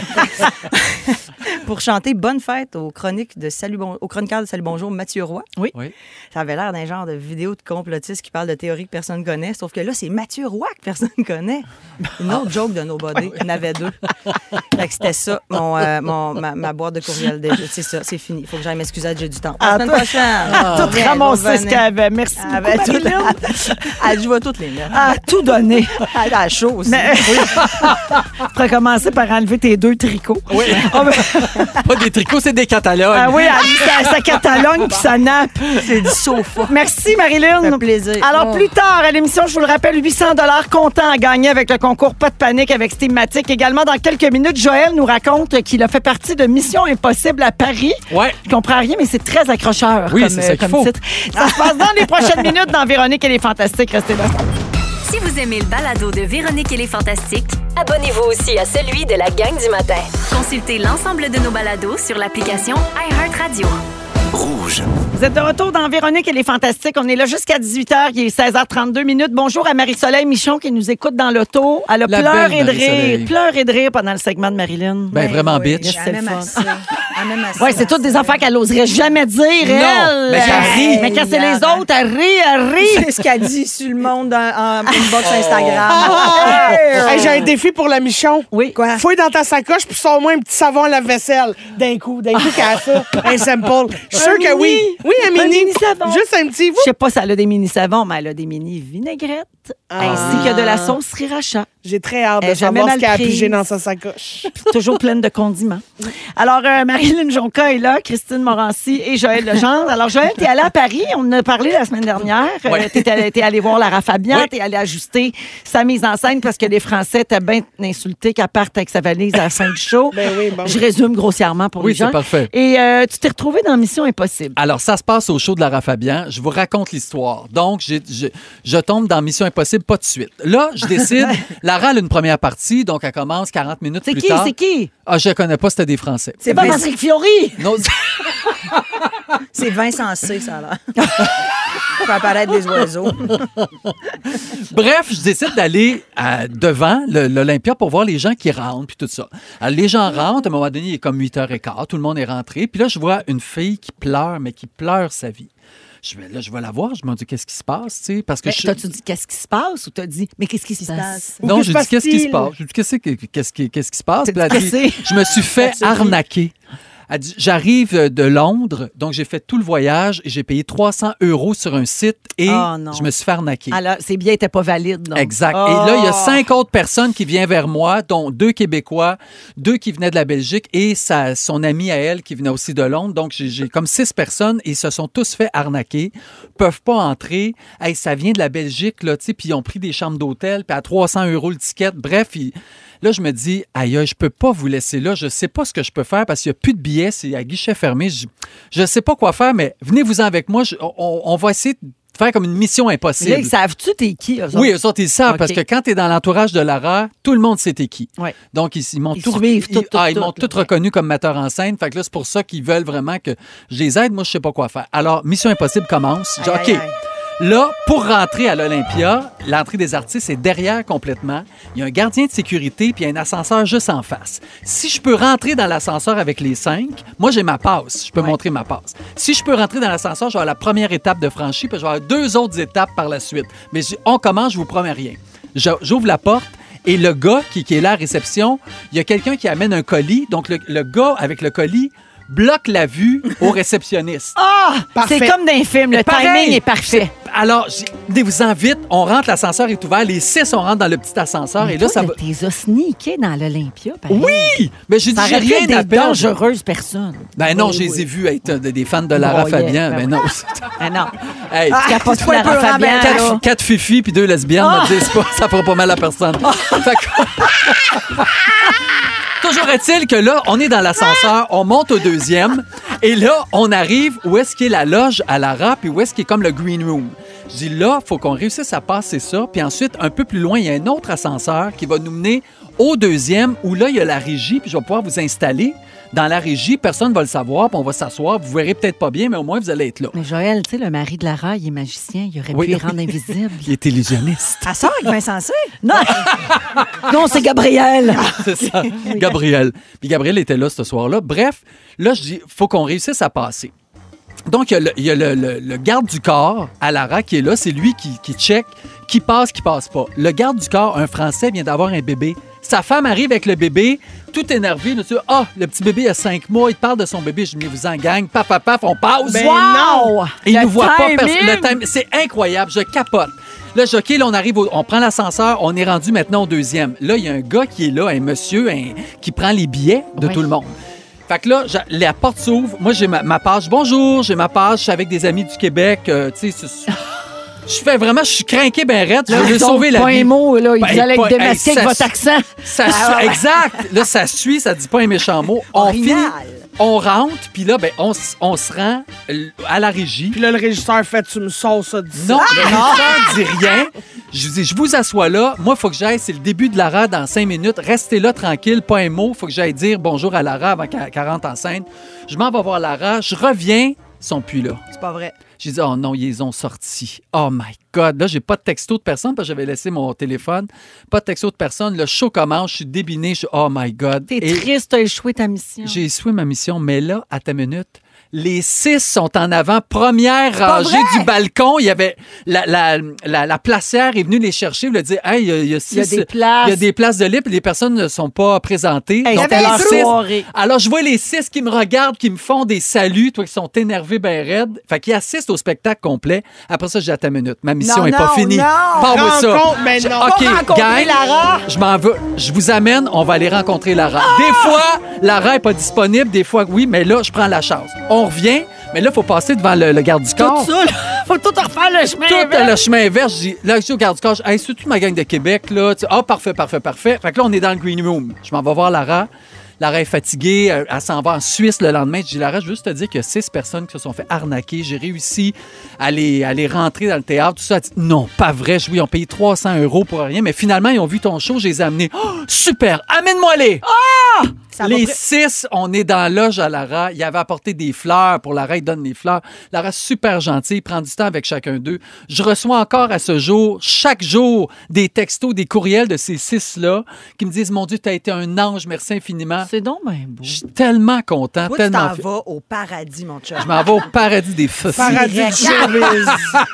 pour chanter Bonne fête aux chroniques de Salut Bon- au chroniqueur de Salut Bonjour Mathieu Roy. Oui. Oui. Ça avait l'air d'un genre de vidéo de complotiste qui parle de théories que personne connaît, sauf que là c'est Mathieu Roy que personne connaît. Une autre joke de Nobody, on avait deux. Fait que c'était ça mon, euh, mon- ma, ma boîte de courriel déjà. c'est ça, c'est fini. Faut que j'aille m'excuser, j'ai du temps. À la semaine toi- prochaine. Ah, tout Bien, ramasser vous revenez. ce qu'elle avait. Merci Elle beaucoup, avait tout- Marie-Lou. Elle joue à toutes les notes. À tout donner. Elle a chaud aussi. Mais- euh, Oui. Tu pourrais commencer par enlever tes deux tricots. Oui. Ah, ben- Pas des tricots, c'est des catalogues. Ah oui, à, sa Catalogne puis sa nappe. C'est du sofa. Merci, Marilyn. Ça fait plaisir. Alors, Oh. plus tard à l'émission, je vous le rappelle, 800 comptant à gagner avec le concours Pas de panique avec Stématique. Également, dans quelques minutes, Joël nous raconte qu'il a fait partie de Mission Impossible à Paris. Ouais. Je comprends rien, mais c'est très accrocheur Oui, comme, c'est ça euh, qu'il comme faut. titre. Ça se passe dans les prochaines minutes dans Véronique et les Fantastiques. Restez là. Si vous aimez le balado de Véronique et les Fantastiques, Abonnez-vous aussi à celui de la gang du matin. consultez l'ensemble de nos balados sur l'application iHeartRadio. Rouge. Vous êtes de retour dans Véronique et les Fantastiques. On est là jusqu'à 18h. Il est 16h32 minutes. Bonjour à Marie-Soleil Michon qui nous écoute dans l'auto. Elle a La pleuré belle et de Marie-Soleil. rire. Pleuré et de rire pendant le segment de Marilyn. Ben, vraiment, bitch. c'est le Même fun. assez. Elle m'aime assez. Ouais, c'est toutes des affaires qu'elle oserait jamais dire, elle. Euh, mais qu'elle rit. Mais quand c'est les Regarde. autres, elle rit, elle rit. C'est ce qu'elle dit sur le monde en, en inbox Instagram. Oh. Ah! Hey! Hey, j'ai un défi pour la Michon. Oui. Quoi? Fouille dans ta sacoche puis sors-moi un petit savon à la vaisselle d'un coup, d'un coup qu'elle a ça, un sample. Je suis Un sûr que oui. mini. Oui, un Un mini. mini savon. Juste un petit. Je sais pas si elle a des mini-savons, mais elle a des mini-vinaigrettes ainsi que de la sauce sriracha. J'ai très hâte Elle de est jamais savoir ce qu'elle a mal prise. pigé dans sa sacoche. puis toujours pleine de condiments. Alors, euh, Marilyn Jonca est là, Christine Morancy et Joël Legendre. Alors, Joël, t'es allée à Paris, on en a parlé la semaine dernière. Euh, Ouais. T'es allée, t'es allée voir Lara Fabian, Oui. t'es allée ajuster sa mise en scène parce que les Français étaient bien insultés qu'elle parte avec sa valise à la fin du show. Ben oui, bon. Je résume grossièrement pour Oui, les gens. c'est parfait. Et euh, tu t'es retrouvée dans Mission Impossible. Alors, ça se passe au show de Lara Fabian. Je vous raconte l'histoire. Donc, j'ai- je, je tombe dans Mission Impossible pas de suite. Là, je décide. Lara a une première partie, donc elle commence 40 minutes C'est plus qui? tard. C'est qui? Ah, je connais pas, c'était des Français. C'est pas Patrick Fiori! Non, C'est Vincent C, ça a l'air. Fait apparaître des oiseaux. Bref, je décide d'aller euh, devant le- l'Olympia pour voir les gens qui rentrent, puis tout ça. Alors, les gens rentrent, à un moment donné, il est comme 8h15, tout le monde est rentré. Puis là, je vois une fille qui pleure, mais qui pleure sa vie. Je vais, là, je vais la voir, je me dis, qu'est-ce qui se passe, tu sais, parce que Mais je... Ben, T'as-tu dit qu'est-ce qui se passe ou t'as dit mais qu'est-ce qui se passe? Ou Non, que j'ai se dit qu'est-ce qui se passe-t-il? passe. J'ai dit qu'est-ce qui, qu'est-ce qui, qu'est-ce qui se passe. T'as Puis elle dit, dit, qu'est-ce je me suis fait arnaquer. Elle dit, j'arrive euh, de Londres, donc j'ai fait tout le voyage et j'ai payé 300 euros sur un site et Ah, non. je me suis fait arnaquer. Alors, ces billets n'étaient pas valides. donc. Exact. Et là, il y a cinq autres personnes qui viennent vers moi, dont deux Québécois, deux qui venaient de la Belgique et sa, son amie à elle qui venait aussi de Londres. Donc, j'ai j'ai comme six personnes et ils se sont tous fait arnaquer, peuvent pas entrer. Hey, ça vient de la Belgique, là, tu sais, puis ils ont pris des chambres d'hôtel, puis à 300 euros le ticket. Bref, ils- là, je me dis, aïe, aïe, je peux pas vous laisser là. Je sais pas ce que je peux faire parce qu'il y a plus de billets, c'est à guichet fermé. Je, je sais pas quoi faire, mais venez-vous-en avec moi. Je- on, on va essayer de faire comme une mission impossible. Là, ils savent-tu t'es qui? eux autres? Oui, eux autres, ils le savent, OK. parce que quand tu es dans l'entourage de Lara, tout le monde sait t'es qui. Ouais. Donc, ils, ils m'ont Ils tout, suivent ils- tout, tout, ah, ils tout, m'ont là, tout ouais. reconnu comme metteur en scène. Fait que là, c'est pour ça qu'ils veulent vraiment que je les aide. Moi, je sais pas quoi faire. Alors, Mission Impossible commence. Je dis, Aïe, OK. aïe, aïe. Là, pour rentrer à l'Olympia, l'entrée des artistes est derrière complètement. Il y a un gardien de sécurité puis il y a un ascenseur juste en face. Si je peux rentrer dans l'ascenseur avec les cinq, moi j'ai ma passe. Je peux montrer ma passe. Si je peux rentrer dans l'ascenseur, je vais avoir la première étape de franchie puis je vais avoir deux autres étapes par la suite. Mais je dis, on commence, je vous promets rien. Je- J'ouvre la porte Et le gars qui, qui est là à réception, il y a quelqu'un qui amène un colis. Donc, le, le gars avec le colis bloque la vue au réceptionniste. Oh, Ah! C'est comme dans les films, le Pareil. timing est parfait. C'est- Alors, j'ai- je vous invite, on rentre, l'ascenseur est ouvert, les six, on rentre dans le petit ascenseur et là, ça va. T'es a sneaké dans l'Olympia, pareil. Oui! Mais j'ai dit, Ça j'ai aurait pu rien être à des perdre. dangereuses personnes. Ben non, Oui, je les oui. ai vus être des, des fans de Lara Broyait, Fabian. ben Ben oui. non. Ah non. Hey, Ah, quatre- tu vois un peu quatre- Fabian, quatre, là. quatre fifis puis deux lesbiennes, Ah! me dis, c'est pas, ça fera pas mal à personne. Fait que- Toujours est-il que là, on est dans l'ascenseur, on monte au deuxième, et là, on arrive où est-ce qu'est la loge à Lara, puis où est-ce qu'est comme le green room. Je dis là, faut qu'on réussisse à passer ça, puis ensuite, un peu plus loin, il y a un autre ascenseur qui va nous mener au deuxième, où là, il y a la régie, puis je vais pouvoir vous installer. Dans la régie, personne ne va le savoir, puis on va s'asseoir. Vous verrez peut-être pas bien, mais au moins, vous allez être là. Mais Joël, tu sais, le mari de Lara, il est magicien, il aurait Oui. pu les rendre invisibles. Il est illusionniste. Ta soeur avec Vincent Cyr? Non! non, c'est Gabriel! C'est ça, Gabriel. Puis Gabriel était là ce soir-là. Bref, là, je dis, faut qu'on réussisse à passer. Donc, il y a le, il y a le- le- le garde du corps, Alara, qui est là. C'est lui qui, qui check, qui passe, qui passe pas. Le garde du corps, un Français, vient d'avoir un bébé. Sa femme arrive avec le bébé, tout énervé. nous dit, Ah, le petit bébé a cinq mois, il te parle de son bébé. Je dis, mais vous en gagne. Paf, paf, paf, on passe. Ben non! Il Le nous voit pas. perso- timing! le timing, C'est incroyable, je capote. Là, je dis, OK, là, on arrive, au- on prend l'ascenseur, on est rendu maintenant au deuxième. Là, il y a un gars qui est là, un monsieur, un- qui prend les billets de Oui. tout le monde. Fait que là, j'a- la porte s'ouvre. Moi, j'ai ma, ma page. Bonjour, j'ai ma page. Je suis avec des amis du Québec. euh, tu sais, c'est- c'est- je fais vraiment, je suis craqué ben raide. Je Là, veux donc, sauver la pas vie. un mot, là. Il Ben, vous allez être pas- démasqué avec hey, ça votre su- accent. ça Ah, suit- ouais. exact. Là, ça suit, ça dit pas un méchant mot. On finit, on rentre, puis là, ben, on, s- on se rend l- à la régie. Puis là, le régisseur fait Tu me sors ça d'ici. Non, le Ah! régisseur dit rien. Je lui dis, je vous assois là. Moi, faut que j'aille. C'est le début de Lara dans cinq minutes. Restez là tranquille, pas un mot. Faut que j'aille dire bonjour à Lara avant qu'elle qu'elle rentre en scène. Je m'en vais voir Lara. Je reviens. Ils sont plus là. C'est pas vrai. J'ai dit, oh non, ils les ont sortis. Oh my God. Là, j'ai pas de texto de personne parce que j'avais laissé mon téléphone. Pas de texto de personne. Le show commence. Je suis débiné. Je suis, oh my God. T'es Et triste, t'as échoué ta mission. J'ai échoué ma mission. Mais là, à ta minute, les six sont en avant, première C'est pas rangée vrai! du balcon. Il y avait la, la, la, la placière est venue les chercher. Elle a dit, hey, il y a, il y a six- Il y a des places. il y a des places de libre. Les personnes ne sont pas présentées. Hey, Donc, c'était leur les six- soirée. alors, je vois les six qui me regardent, qui me font des saluts, toi, qui sont énervés ben raides. Fait qu'ils assistent au spectacle complet. Après ça, j'ai attends une minute. Ma mission Non, est pas non, finie. non. Parle-moi ça. Rencontre, mais Je- non. Va OK, rencontrer gang, Lara. Ah! je m'en veux. Je vous amène, on va aller rencontrer Lara. Des fois, Lara est pas disponible, des fois, oui, mais là, je prends la chance. On revient, mais là, faut passer devant le, le garde du corps. Tout ça, là, faut tout refaire le chemin. Tout inverse. le chemin vert, je dis, là, je dis au garde du corps, je dis, hey, c'est toute ma gang de Québec, là. Tu- Ah, parfait, parfait, parfait. Fait que là, on est dans le green room. Je m'en vais voir Lara. Lara est fatiguée, elle, elle s'en va en Suisse le lendemain. Je dis, Lara, je veux juste te dire qu'il y a six personnes qui se sont fait arnaquer. J'ai réussi à les, à les rentrer dans le théâtre, tout ça. Elle dit, non, pas vrai. Je, oui, ils ont payé 300 euros pour rien, mais finalement, ils ont vu ton show, je les ai amenés. Oh, super, amène-moi les! Ah! les six, on est dans la loge à Lara. Il avait apporté des fleurs pour Lara. Il donne les fleurs. Lara, super gentille, il prend du temps avec chacun d'eux. Je reçois encore à ce jour, chaque jour, des textos, des courriels de ces six-là qui me disent Mon Dieu, t'as été un ange, merci infiniment. C'est donc même beau. Je suis tellement content, Toi, tu tellement. t'en fi- vas au paradis, mon chum. Je m'en vais au paradis des feux. Direct.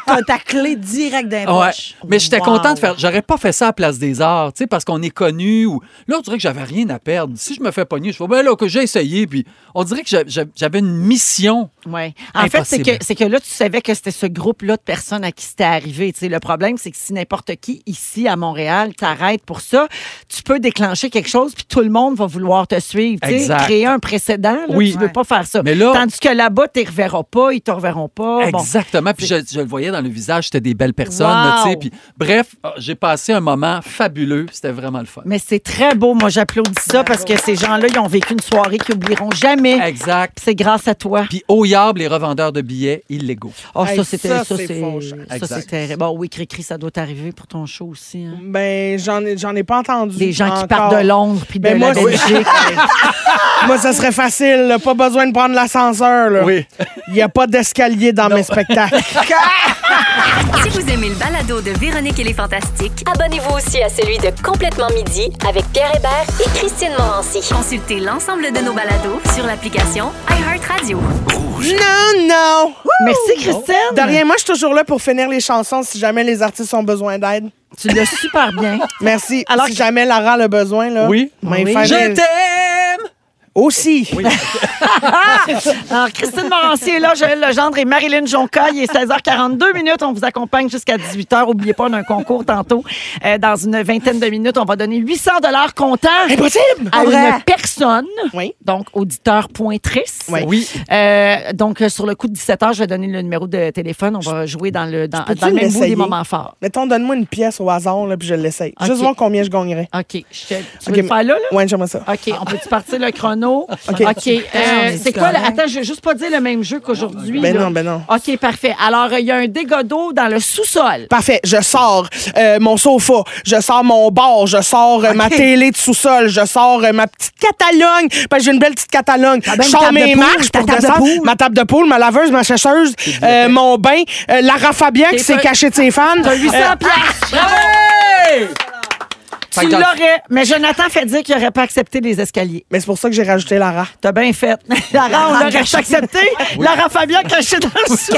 T'as ta clé direct d'un Ouais. poche. Mais j'étais Wow. content de faire. J'aurais pas fait ça à Place des Arts, tu sais, parce qu'on est connu. Ou... Là, on dirait que j'avais rien à perdre. Si je me fais pogner, je fais, ben là, que j'ai essayé. Puis on dirait que j'a- j'a- j'avais une mission. Ouais. En fait, c'est Impossible. que, c'est que là, tu savais que c'était ce groupe-là de personnes à qui c'était arrivé. Tu sais, le problème, c'est que si n'importe qui ici à Montréal t'arrête pour ça, tu peux déclencher quelque chose puis tout le monde va vouloir te suivre. Tu sais, Exact. créer un précédent, là, Oui. tu veux pas faire ça. Mais là- Tandis que là-bas, tu ne reverras pas, ils te reverront pas. Bon. Exactement. Puis je, je le voyais dans le visage, c'était des belles personnes. Wow. là, tu sais. Puis, bref, ah, j'ai passé un moment fabuleux. C'était vraiment le fun. Mais c'est très beau. Moi, j'applaudis ça parce que ces gens-là, ils ont vécu une soirée qu'ils oublieront jamais. Exact. C'est grâce à toi. Puis au Yab, les revendeurs de billets illégaux. Oh, Hey, ça, c'était. ça, Ça, c'est c'est- fâchant. ça, c'est Exact. terrible. Bon, oui, Cricri, ça doit t'arriver pour ton show aussi. hein. Ben, j'en ai, j'en ai pas entendu. Des gens qui encore. partent de Londres puis de Ben, la moi, Belgique. c'est- moi, ça serait facile. là. Pas besoin de prendre l'ascenseur. là. Oui. Il n'y a pas d'escalier dans mes spectacles. Si vous aimez le balado de Véronique et les Fantastiques, abonnez-vous aussi à celui de Complètement Midi avec Pierre Hébert et Christine Morancy. Consultez l'ensemble de nos balados sur l'application iHeartRadio. Non, non. Merci, Christine. De rien, moi, je suis toujours là pour finir les chansons si jamais les artistes ont besoin d'aide. Tu l'as super bien. Merci. Alors, si jamais Lara a le besoin, là. Oui. mais Oui. faire- Je Aussi. Ah! Alors, Christine Morancier est là, Joël Legendre et Marilyn Jonca. Il est 16h42 minutes. On vous accompagne jusqu'à 18h. Oubliez pas, on a un concours tantôt. Euh, dans une vingtaine de minutes, on va donner 800 comptant Impossible! Ah à Pas vrai. une personne, donc auditeur pointrice. Oui. Euh, donc, euh, sur le coup de 17h, je vais donner le numéro de téléphone. On va jouer dans le, dans, Peux-tu dans le même bout l'essayer? des moments forts. Mettons, donne-moi une pièce au hasard, là, puis je l'essaye. Ok. Juste voir combien je gagnerais. OK. Je te... Tu Ok, veux le faire là, là? Ouais, j'aimerais ça. OK, Ah, on peut-tu partir le chrono? OK. OK. Ah, euh, c'est c'est quoi? le- correct. Attends, je vais juste pas dire le même jeu qu'aujourd'hui. Ben là. non, ben non. OK, parfait. Alors, euh, il y a un dégât d'eau dans le sous-sol. Parfait, je sors euh, mon sofa, je sors mon bar, je sors euh, ma télé de sous-sol, je sors euh, ma petite catalogne, parce que j'ai une belle petite catalogne. T'as Je bien une sors table de mes poule, marches ta pour table de descendre, poule. ma table de poule, ma laveuse, ma chercheuse, euh, mon bain, euh, Lara Fabian T'es qui s'est pas- cachée de ses fans. T'as 800 Euh, piastres. Eh, ah! Bravo! Fait Tu que- l'aurais, mais Jonathan fait dire qu'il n'aurait pas accepté les escaliers. Mais c'est pour ça que j'ai rajouté Lara. T'as bien fait. Lara, on Lara l'aurait cachée. accepté. Lara Fabien cachée dans le sous-sol.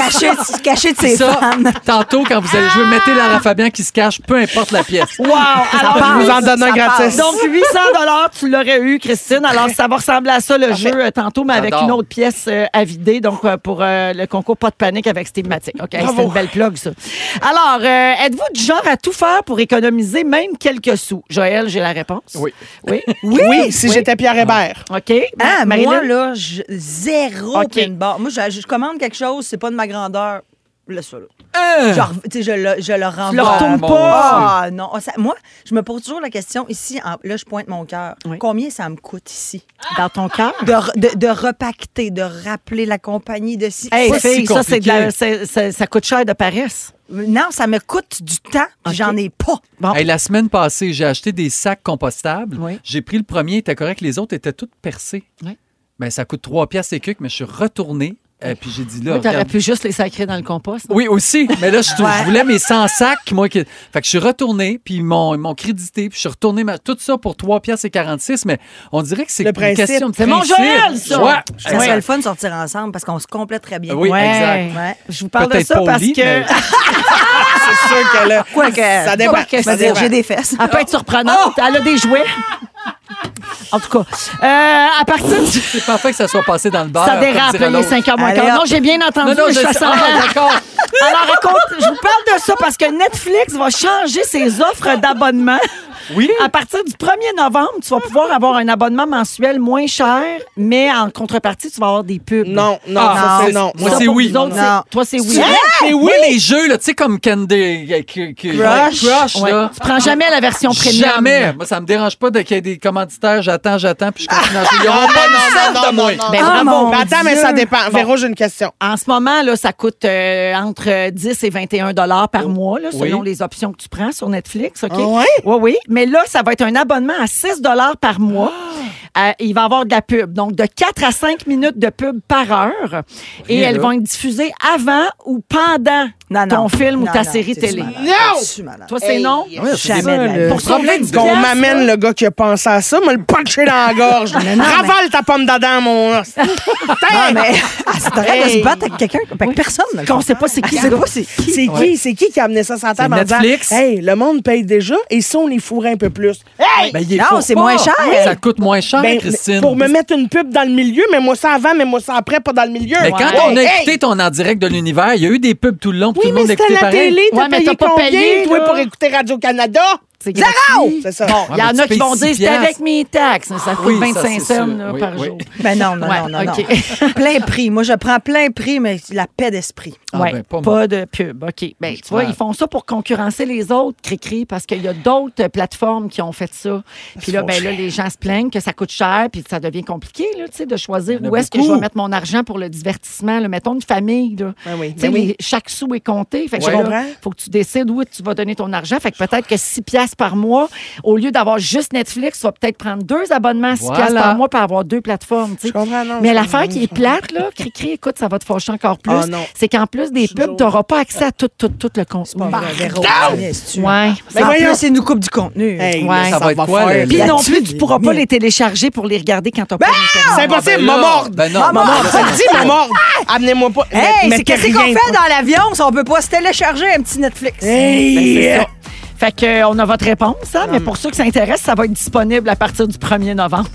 Cachée- cachée de ses Ça, fans. tantôt, quand vous allez jouer, mettez Lara Fabian qui se cache, peu importe la pièce. Wow! Alors, Je vous en donne un ça gratis. passe. Donc, 800 tu l'aurais eu, Christine. Alors, ça va ressembler à ça, le jeu, euh, tantôt, mais avec J'adore. une autre pièce euh, à vider. Donc, euh, pour euh, le concours Pas de panique avec Steve Matic. OK, Bravo. c'est une belle plug, ça. Alors, euh, êtes-vous du genre à tout faire pour économiser même quelques sous? Joël, j'ai la réponse. Oui. Oui? Oui, si j'étais Pierre Hébert. OK. Ah, Marilyn? moi, là, je- zéro OK. pin bar. Moi, je, je commande quelque chose, c'est pas de ma grandeur. Là, ça, là. Euh. Genre, Ah, tu sais, je le, je le renvoie. le retournes Ah, pas. Ah, non. Ça- moi, je me pose toujours la question, ici, en- là, je pointe mon cœur. Combien ça me coûte ici? Dans ton cœur? De, re- de, de repacter, de rappeler la compagnie de si. Hey, C'est pas si fille, ça, c'est de compliqué. la- c'est- c'est- ça coûte cher de paresse. Non, ça me coûte du temps, puis j'en ai pas. Hey, la semaine passée, j'ai acheté des sacs compostables. J'ai pris le premier, il était correct. Les autres étaient toutes percées. Oui. Ben, ça coûte trois piastres et quelques, mais je suis retourné. euh, puis j'ai dit là, Oui, T'aurais regarde. pu juste les sacrer dans le compost. Oui, aussi. Mais là, je, je Ouais. voulais mes 100 sacs. Moi, qui... Fait que je suis retourné, puis ils m'ont ils m'ont crédité, puis je suis retourné. ma- Tout ça pour 3 piastres et 46, mais on dirait que c'est une principe. question de C'est mon principe. Joël, ça! Ouais. Ça serait le fun de sortir ensemble parce qu'on se complète très bien. Oui, exact. Ouais. Je vous parle de ça parce que. Ah, c'est sûr qu'elle a. Quoi que- Ça dépend. quoi que- Ça c'est-à-dire, dépend. j'ai des fesses. Elle peut être surprenante. Elle a des jouets. En tout cas, euh, à partir du... C'est parfait que ça soit passé dans le bar. Ça dérape, là, les 5 heures moins quart. Non, j'ai bien entendu. Non, non, mais je je fais sais. semblant. Ah, d'accord. Alors, raconte- je vous parle de ça parce que Netflix va changer ses offres d'abonnement. Oui. À partir du 1er novembre, tu vas pouvoir avoir un abonnement mensuel moins cher, mais en contrepartie, tu vas avoir des pubs. Non, non, ça, c'est non. Moi, Ah. Ça, c'est pour oui. vous autres, c'est- Toi, c'est oui. Tu vois, Hein? c'est oui, les jeux, là, tu sais, comme Candy euh, que- que- Crush. Crush, Ouais. là. Tu prends jamais la version premium. Jamais. Moi, ça me dérange pas de- qu'il y ait des commanditaires. J'attends, j'attends, puis je continue à jouer. Ils n'auront pas une scène de moins. Ben, Ah, bravo. mon Ben, attends, mais Dieu. ça dépend. Bon. Véro, j'ai une question. En ce moment, là, ça coûte euh, entre 10 et 21 dollars Oh, par mois, là, selon Oui. les options que tu prends sur Netflix. OK? Ah ouais? Oui, oui. Mais là, ça va être un abonnement à 6 dollars par mois. Ah! Euh, il va y avoir de la pub. Donc, de 4 à 5 minutes de pub par heure. Et Rien elles là. vont être diffusées avant ou pendant ton film ou ta série télé. Toi, c'est non? Pour Pour sauver problème, 10 Euh, qu'on piastres, m'amène le gars qui a pensé à ça, me le puncher dans la gorge. Non, non, Ravale ta pomme d'Adam, mon. Non, mais elle s'est en train de se battre avec quelqu'un, avec Ben, personne. dans le Qu'on fond. sait pas c'est qui. On sait pas c'est qui. C'est qui, c'est qui qui a amené ça sur la table en C'est disant, Netflix. Hey, le monde paye déjà et ça, on les fourrait un peu plus. Hey! Ben, il est Non, fort c'est pas. moins cher. Ça coûte moins cher, Ben, Christine. Pour me mettre une pub dans le milieu, mais moi ça avant, mais moi ça après, pas dans le milieu. Mais quand Hey, on a hey! écouté ton en direct de l'univers, il y a eu des pubs tout le long, puis Oui, tout le mais monde c'était écoutait la pareil. télé, t'as Ouais, mais payé t'as pas combien, payé, toi, là? pour écouter Radio-Canada? C'est gratuit. Zéro! C'est ça. Bon, il y mais en tu a qui payes vont six dire c'est piastres. avec mes taxes. Ça coûte Oui, ça, c'est 25 sûr. cents là, Oui, par oui. jour. Ben non, non, Ouais, non, non, non. OK. plein prix. Moi, je prends plein prix, mais la paix d'esprit. Ah, ouais, ben, pas pas, moi. de pub. OK. Ben, tu vois, Ouais. ils font ça pour concurrencer les autres, Cricri, parce qu'il y a d'autres euh, plateformes qui ont fait ça. Puis là, ben, là, les gens se plaignent que ça coûte cher, puis ça devient compliqué là, tu sais, de choisir Il y en a où est-ce que je beaucoup. vais mettre mon argent pour le divertissement. là. Mettons une famille. Là. oui, Tu sais, ben oui. les- chaque sou est compté. Fait que Ouais. là, Je comprends. faut que tu décides où tu vas donner ton argent. Fait que peut-être que 6 piastres par mois, au lieu d'avoir juste Netflix, tu vas peut-être prendre deux abonnements à 6 Voilà. piastres par mois pour avoir deux plateformes. tu sais. Je comprends, non. Mais je l'affaire comprends, qui est je comprends. plate, là, cri-cri, écoute, ça va te fâcher encore plus. Ah, non. c'est qu'en plus des pubs, tu n'auras pas accès à tout, tout, tout le contenu. Bah, Pas vrai, Euh, Véro, niaises-tu? Ouais. Ben Mais En voyons, plus, c'est nous coupe du contenu. Hey, Ouais. mais Ça va être quoi, ben faire. le- Puis non là-dessus, plus, tu pourras pas les télécharger pour les regarder quand t'as pas C'est Internet. impossible, ben m'a là. mordre. Ben non. M'a Maman. mordre. Ça te dit, m'a mordre. Amenez-moi pas. Hey, Mais- c'est mettez qu'est-ce qu'on rien, fait toi. Ben, dans l'avion si on peut pas se télécharger un petit Netflix? Hey! C'est ça. Fait que, euh, on a votre réponse, hein, Mm. mais pour ceux qui s'intéressent, ça va être disponible à partir du 1er novembre.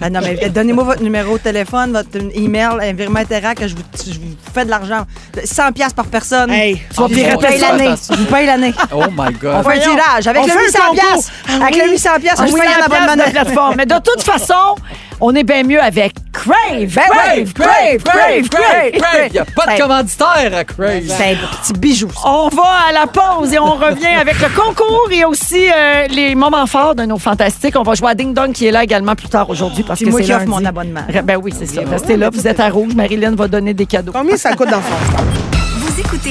Ah non, mais donnez-moi votre numéro de téléphone, votre email, un virement interac, que je vous, je vous fais de l'argent. 100 pièces par personne. Tu vas Je vous pirater paye ça, l'année. attention. Je vous paye l'année. Oh my God. On fait un Voyons. tirage. Avec On le fait un 800 concours. piastres. Ah Avec oui. le 800 piastres, Ah, je vous paye 800 un piastres abonnement. de plateforme. Mais de toute façon, on est bien mieux avec Crave. Ben Crave, Crave, Crave, Crave, Ben, Crave. Il n'y a pas de commanditaire à Crave. C'est un petit bijou. On va à la pause et on revient avec le concours et aussi euh, les moments forts de nos fantastiques. On va jouer à Ding Dong qui est là également plus tard aujourd'hui parce C'est que moi c'est qui offre lundi. mon abonnement. Ben oui, c'est ça. Restez là, vous êtes à rouge. Marilyn va donner des cadeaux. Combien ça coûte dans son Vous écoutez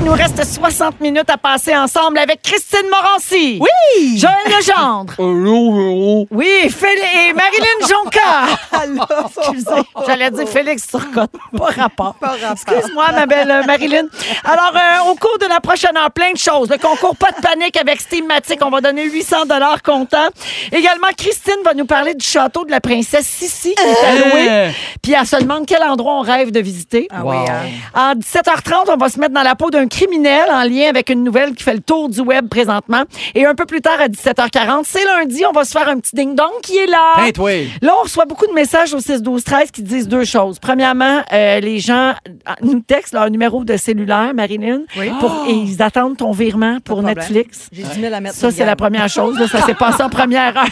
Il nous reste 60 minutes à passer ensemble avec Christine Morancy. Oui! Joël Legendre. Oui, Félix et Marilyn Jonca. Excusez, j'allais dire Félix Turcotte. Pas rapport. Excuse-moi, ma belle euh, Marilyn. Alors, euh, au cours de la prochaine heure, plein de choses. Le concours Pas de panique avec Steamatic. On va donner 800 comptant. Également, Christine va nous parler du château de la princesse Sissi qui est alloué. Hein? Puis elle se demande quel endroit on rêve de visiter. ah oui, Wow. hein? À 17h30, on va se mettre dans la peau d'un criminel en lien avec une nouvelle qui fait le tour du web présentement. Et un peu plus tard, à 17h40, c'est lundi, on va se faire un petit ding-dong qui est là. Hey, toi. Là, on reçoit beaucoup de messages au 6 12 13 qui disent deux choses. Premièrement, euh, les gens euh, nous textent leur numéro de cellulaire, Marilyn, pour, et ils attendent ton virement pour problème. Netflix. J'ai 10 000 à mettre. Ça, c'est la première chose. là. ça s'est passé en première heure.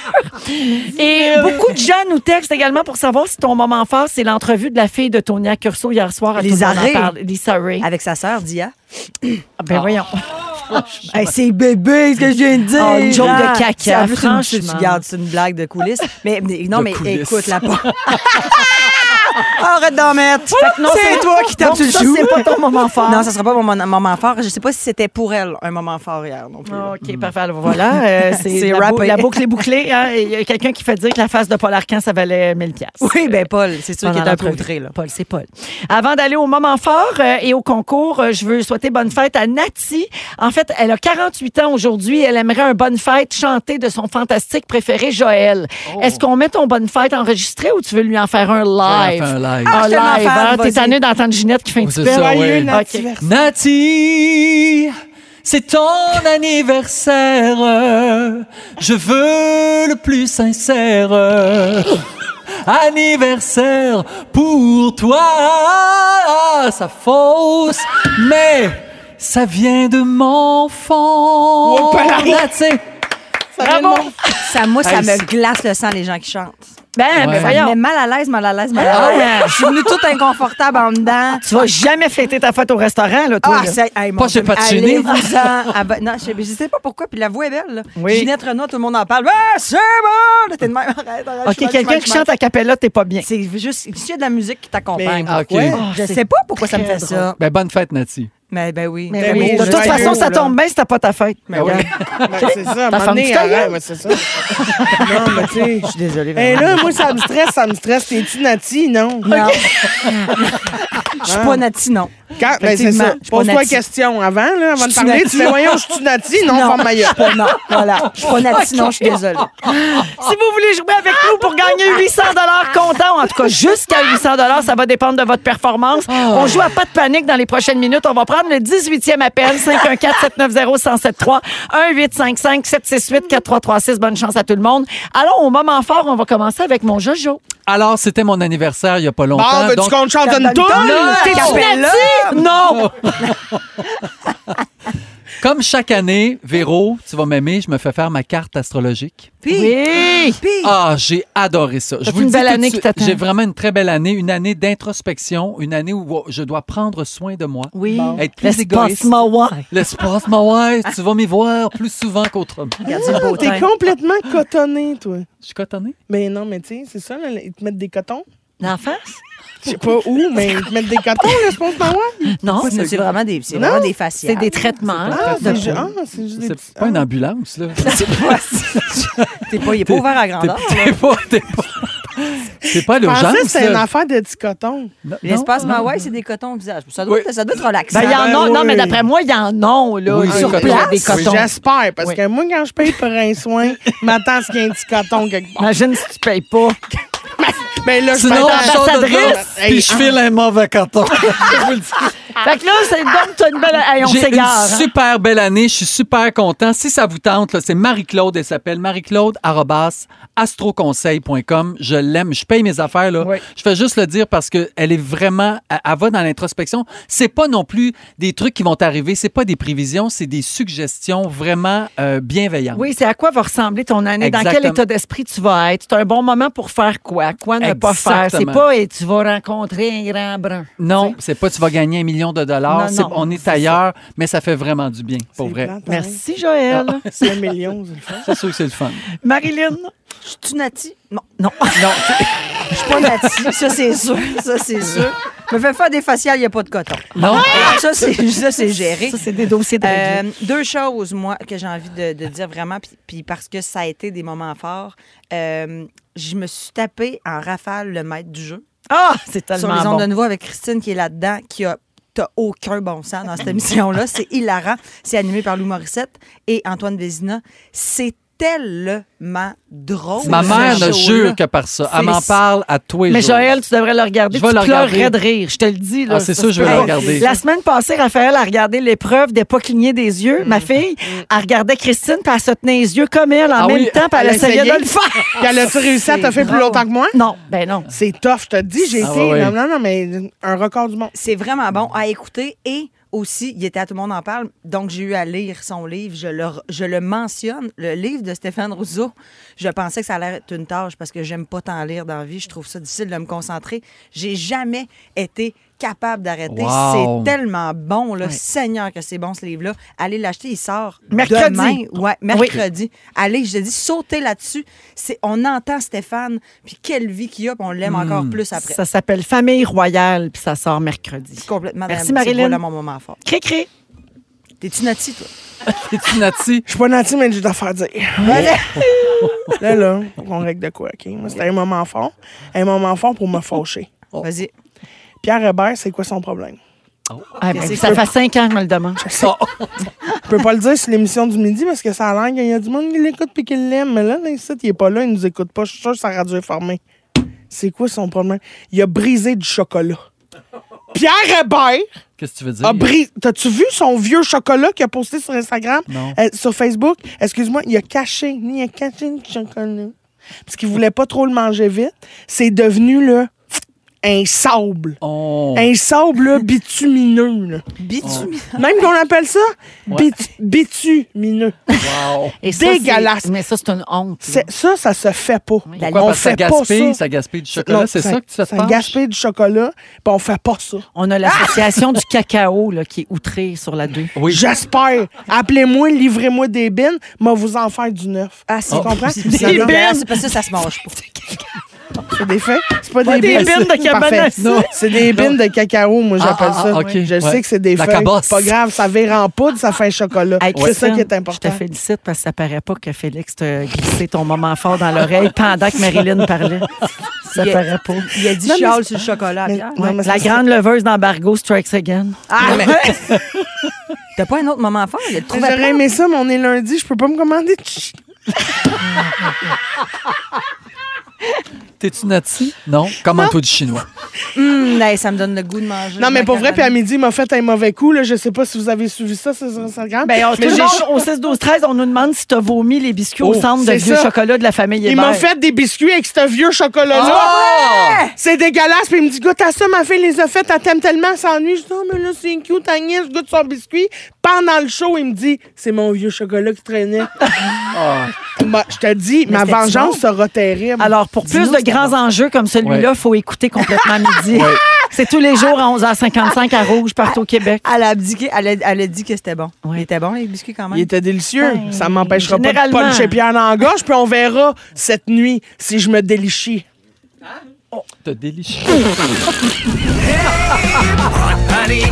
Et beaucoup de gens nous textent également pour savoir si ton moment fort, c'est l'entrevue de la fille de Tonia Curso hier soir. à Tout Les le monde en arrêts. parle. Lisa Ray. Avec sa sœur, Dia. Ah, ben voyons. Hey, c'est bébé, ce que je viens de dire. Oh, une joke de Ah, caca, c'est en plus une- franchement. Tu gardes c'est une blague de coulisses. Mais, mais- non, De mais coulisses. écoute la porte. Arrête d'en mettre. que non, c'est c'est- toi qui tapes donc sur le ça, chou. c'est pas ton moment fort. Non, ça sera pas mon mon moment fort. Je sais pas si c'était pour elle un moment fort hier non plus. là. OK, parfait. Alors voilà, euh, c'est Oh. C'est la, bou- rappé. la boucle est bouclée. hein. Et Il y a quelqu'un qui fait dire que la face de Paul Arcan, ça valait 1000 Oui, ben Paul, c'est sûr Pendant qu'il est un peu l'entrevue. outré. Là. Paul, c'est Paul. Avant d'aller au moment fort euh, et au concours, euh, je veux souhaiter bonne fête à Nati. En fait, elle a 48 ans aujourd'hui. Elle aimerait un bonne fête chanté de son fantastique préféré, Joël. Oh. Est-ce qu'on met ton bonne fête enregistré ou tu veux lui en faire un live? un live. Un Ah, je suis tellement live. fan, hein? T'es vas-y. tannée d'entendre Ginette qui fait un Oui, petit c'est peu. ça, Joyeux oui. Nativerse. Nati, c'est ton anniversaire. Je veux le plus sincère. Anniversaire pour toi, ça fausse, mais ça vient de mon fond. Oh, pareil. Nati. Bravo! Ça, moi, ça Hey, me c'est- glace le sang, les gens qui chantent. Ben, Ouais. Ça ben me met voyons. mal à l'aise, mal à l'aise, mal à Ah l'aise. Je suis venue toute inconfortable en dedans. Tu vas jamais fêter ta fête au restaurant, là, toi. Ah, là. c'est. Hey, mon Pas chez Dieu, Pacini. allez-vous-en. Ah, ben, non, je, sais- je sais pas pourquoi, puis la voix est belle. Là. Oui. Ginette Renaud, tout le monde en parle. Ah, c'est bon! Là, T'es de même. Arrête, arrête. je OK, suis mal, quelqu'un je suis qui mal, chante à cappella, t'es pas bien. je suis mal. C'est juste. S'il y a de la musique qui t'accompagne. Mais Ah, OK. pourquoi? Je sais pas pourquoi ça me fait ça. Ben, bonne fête, Nati. Mais ben oui. Mais oui, de toute joyeux, façon, ça là. tombe bien si t'as pas ta fête. Mais oui. Ah Ben, c'est ça, à un Ta moment femme donné, du tailleur. arrête, ouais, c'est ça. non, mais tu sais. Je suis désolée. Eh Ben vraiment. là, moi, ça me stresse, ça me stresse. T'es-tu Nati? Non. Non. Je suis pas Nati, non. Quand, ben, c'est Effectivement, ça. je suis pas Pose-toi la Nati. question avant, là, avant de suis parler. Nati. Tu fais, voyons, je suis Nati? Non, non, forme ma je gueule. suis pas, non, voilà. Je suis pas Nati, non, je suis désolée. Ah, Si vous voulez jouer avec nous pour gagner 800 dollars comptant, en tout cas jusqu'à 800 dollars, ça va dépendre de votre performance. On joue à pas de panique dans les prochaines minutes. On va prendre le 18e appel 514 790 1073 1855 768 4336. Bonne chance à tout le monde. Allons au moment fort, on va commencer avec mon Jojo. Alors, c'était mon anniversaire il y a pas longtemps. Bon, ben, veux-tu donc- qu'on te chante ah, une toune? T'es-tu Capella. Nati? Non. Comme chaque année, Véro, tu vas m'aimer, je me fais faire ma carte astrologique. Puis, Oui. puis. Ah, j'ai adoré ça. Je C'est vous une le dis belle tout de année suite, qui t'attend. J'ai vraiment une très belle année, une année d'introspection, une année où je dois prendre soin de moi. Oui. Être plus L'espace égoïste. Mawa. L'espace, ma ouais, tu vas m'y voir plus souvent qu'autrement. T'es complètement cotonné, toi. Je suis cotonné. Ben non, mais tu sais, c'est ça, là, ils te mettent des cotons. D'en face? Je sais pas où, mais ils te mettent des cotons, là, je pense pas moi. Non. Ça, C'est vraiment des, c'est vraiment des faciales. C'est des traitements. Ah, c'est ju- ah, c'est juste des petits- C'est pas une ambulance, là. T'es pas, il est pas ouvert à grandeur. T'es pas, t'es pas- C'est pas Je l'urgence. pensais que c'était une là. affaire de petit coton. L'espace Mawai, c'est des cotons au visage. Ça doit, ça doit être relaxant. hein. Ben, il y en a- non, mais d'après moi, il y en a, là. Oui, sur des place. cotons. Des cotons. Oui, J'espère, parce que moi, quand je paye pour un soin, je m'attends à ce qu'il y ait un petit coton quelque part. Imagine si tu payes pas. Mais là, je Sinon, fais je sors de là, l'ambassadrice. puis je file un mauvais carton. Je vous le dis. Fait que là, c'est donc, t'as une belle. Hey, on J'ai une s'égare. hein. super belle année. Je suis super content. Si ça vous tente, là, c'est Marie-Claude. Elle s'appelle marie-claude-astroconseil.com. Je l'aime. Je paye mes affaires. Là. Je fais juste le dire parce qu'elle est vraiment... Elle, elle va dans l'introspection. C'est pas non plus des trucs qui vont arriver. C'est pas des prévisions. C'est des suggestions vraiment euh, bienveillantes. Oui, c'est à quoi va ressembler ton année, dans quel Exactement. état d'esprit tu vas être. C'est un bon moment pour faire quoi, quoi ne pas faire. C'est Exactement. pas et tu vas rencontrer un grand brun. Non, c'est pas tu vas gagner un million de dollars. Non, C'est- non, on est ailleurs, mais ça fait vraiment du bien, pour vrai. Merci, Joël. Ah. hein? C'est un million, je le fais. C'est sûr que c'est le fun. Marilyn? Je suis nati. Non. Non. Non. Je suis pas nati. Ça, c'est sûr. Ça, c'est sûr. Je me fais faire des faciales, il n'y a pas de coton. Non. Ça, c'est ça, c'est géré. Ça, c'est des dossiers de Euh, régler. deux choses, moi, que j'ai envie de, de dire vraiment, puis- puis parce que ça a été des moments forts. Euh, je me suis tapé en rafale le maître du jeu. Ah, c'est Sur tellement les ondes bon. de nouveau avec Christine qui est là-dedans, qui a t'as aucun bon sens dans cette émission-là. C'est hilarant. C'est animé par Lou Morissette et Antoine Vézina. C'est tellement drôle. Ma ce mère ne show-là. jure que par ça. Elle m'en C'est- parle à tous les Mais jours. Joël, tu devrais le regarder. Je vais tu le pleurerais regarder. de rire, je te le dis. là. Ah, c'est Ça sûr, se je vais peut le pas. regarder. La semaine passée, Raphaël a regardé l'épreuve des pas clignés des yeux. Ma fille, elle regardait Christine, puis elle se tenait les yeux comme elle en Ah même oui, temps, puis elle, elle a essayait essayé. de le faire. Puis elle a-tu réussi à te faire plus longtemps que moi? Non, ben non. C'est tough, je te dis, j'ai Ah, été. ouais, ouais. Non, non, non, mais un record du monde. C'est vraiment bon à écouter et aussi, il était à tout le monde en parle, donc j'ai eu à lire son livre. Je le, re- je le mentionne, le livre de Stéphane Rousseau. Je pensais que ça allait être une tâche parce que j'aime pas tant lire dans la vie. Je trouve ça difficile de me concentrer. J'ai jamais été capable d'arrêter. Wow. C'est tellement bon, là. Seigneur, que c'est bon, ce livre-là. Allez l'acheter, il sort Mercredi. demain. Ouais, mercredi. Allez, je te dis, sautez là-dessus. C'est, on entend Stéphane, puis quelle vie qu'il a, puis on l'aime encore plus après. Hmm. Ça s'appelle Famille Royale, puis ça sort mercredi. Complètement. Merci, C'est Marilyn. Voilà mon moment fort. Cré-cré. T'es-tu nati, toi? Es-tu nati? Je suis pas nati, mais j'ai d'affaires à dire. là, là, on règle de quoi, OK? Moi, c'était un moment fort. Un moment fort pour me faucher. Vas-y. Pierre Hébert, c'est quoi son problème? Ah, ben, ça fait cinq ans que je me le demande. Je peux pas le dire sur l'émission du midi parce que ça a l'air qu'il y a du monde qui l'écoute puis qui l'aime. Mais là, l'incite, il est pas là, il nous écoute pas. Je suis sûr que sa radio est fermée. C'est quoi son problème? Il a brisé du chocolat. Pierre Hébert Qu'est-ce que tu veux dire? a brisé. T'as-tu vu son vieux chocolat qu'il a posté sur Instagram? Non. Euh, sur Facebook? Excuse-moi, il a caché. Il a caché du chocolat. Parce qu'il voulait pas trop le manger vite. C'est devenu, là, un sable. Oh. Un sable là, bitumineux. là. Bitumi. Même qu'on appelle ça bitu- bitumineux. Wow. Et ça, c'est- Dégueulasse. Mais ça, c'est une honte. là. C'est- Ça, ça se fait pas. Pourquoi? On Parce que ça fait pas gaspille, ça. ça gaspille du chocolat. Non, C'est ça que tu te Ça penches? gaspille du chocolat, puis on fait pas ça. On a l'association du cacao là, qui est outrée sur la 2. Oui. J'espère. Appelez-moi, livrez-moi des bines, moi vous en faire du neuf. Ah, c'est Oh. Tu comprends? c'est- Ça, C'est là, dégueulasse, parce que ça, ça se mange pas. C'est des faits. C'est pas Pas des, des bines. bines de Parfait. cabanas. Non, C'est des bines de cacao, moi Ah, j'appelle ah, ça. ah, ok. Je Ouais. sais que c'est des La feuilles. cabosse. Pas grave, ça vire en poudre, ça fait un chocolat. Hey, c'est ça Christine, qui est Je important. te félicite parce que ça paraît pas que Félix te glissait ton moment fort dans l'oreille pendant que Marilyn parlait. Ça Yeah. paraît pas. Il a dit Non, mais Charles c'est- sur le chocolat à Mais- Pierre. non, mais La ça, c'est- grande leveuse d'embargo strikes again. Ah, mais... T'as pas un autre moment fort? Il a le trouvé à J'aurais plein. aimé ça, mais on est lundi, je peux pas me commander. de ch- T'es-tu nati? Non? Commande-toi du chinois. Hum, hey, ça me donne le goût de manger. Non, mais de pour vrai, puis à macaroni. midi, il m'a fait un mauvais coup. Là. Je sais pas si vous avez suivi ça sur Instagram. Ben, on- tout mais le j'ai- monde, au 6, 12, 13, on nous demande si t'as vomi les biscuits au Oh, centre de c'est vieux ça. chocolat de la famille il Hébert. m'a fait des biscuits avec ce vieux chocolat-là. Ah! C'est dégueulasse. Puis il me dit, goûte à ça, ma fille les a fait, elle t'aime tellement, elle s'ennuie. Je dis, oh, mais là, c'est cute, ta nièce, je goûte son biscuit. Pendant le show, il me dit, c'est mon vieux chocolat qui traînait. Ah. Bah, je te dis, ma c'était-tu vengeance sera terrible. Alors, pour plus de grands enjeux comme celui-là, Ouais. faut écouter complètement midi. C'est tous les jours à 11h55 à Rouge, partout au Québec. Elle a abdiqué, elle a, elle a dit que c'était bon. Il était bon, les biscuits, quand même. Il était délicieux. ça m'empêchera pas de Ben, généralement. puncher Pierre dans la gorge, puis on verra cette nuit si je me délichis. T'as délicieux. panique,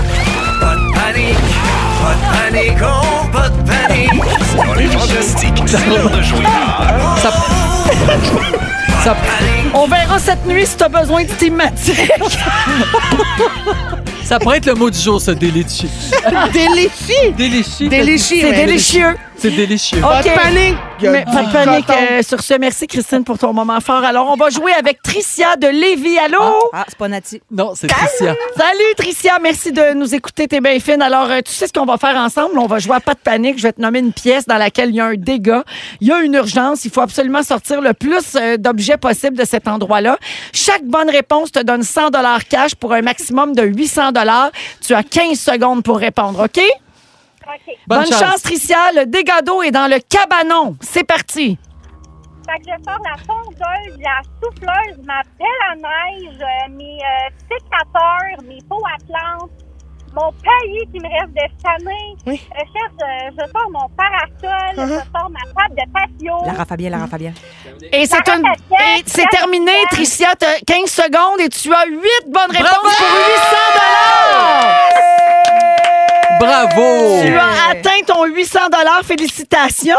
pas de panique, pas de panique, oh, pas de panique. Dans les fantastiques, c'est l'heure de jouer. Ça- Ça- On verra cette nuit si t'as besoin de thématique. Ça pourrait être le mot du jour, ce délichi. Délichi. Délichi. Délichi, C'est mais- délicieux. C'est délicieux. OK. Mais pas de panique euh, sur ce. Merci, Christine, pour ton moment fort. Alors, on va jouer avec Tricia de Lévis. Allô? Ah, c'est pas Nati. Non, c'est Tricia. Salut Tricia, merci de nous écouter, t'es bien fine. Alors, euh, tu sais ce qu'on va faire ensemble? On va jouer à pas de panique. Je vais te nommer une pièce dans laquelle il y a un dégât, il y a une urgence. Il faut absolument sortir le plus euh, d'objets possible de cet endroit-là. Chaque bonne réponse te donne 100 cash pour un maximum de 800 Tu as 15 secondes pour répondre, OK? Bonne, chance. Tricia. Le dégât d'eau est dans le cabanon. C'est parti. Fait que je sors la fondeuse, la souffleuse, ma pelle à neige, euh, mes euh, sécateurs, mes pots à plantes, mon paillis qui me reste de cette année. Je cherche, euh, je sors mon parasol, je sors ma table de patio. Lara Fabien, Lara Fabien. Et c'est une- et c'est terminé, Tricia. T'as 15 secondes et tu as 8 bonnes réponses pour 800 Bravo! Tu as atteint ton 800 Félicitations!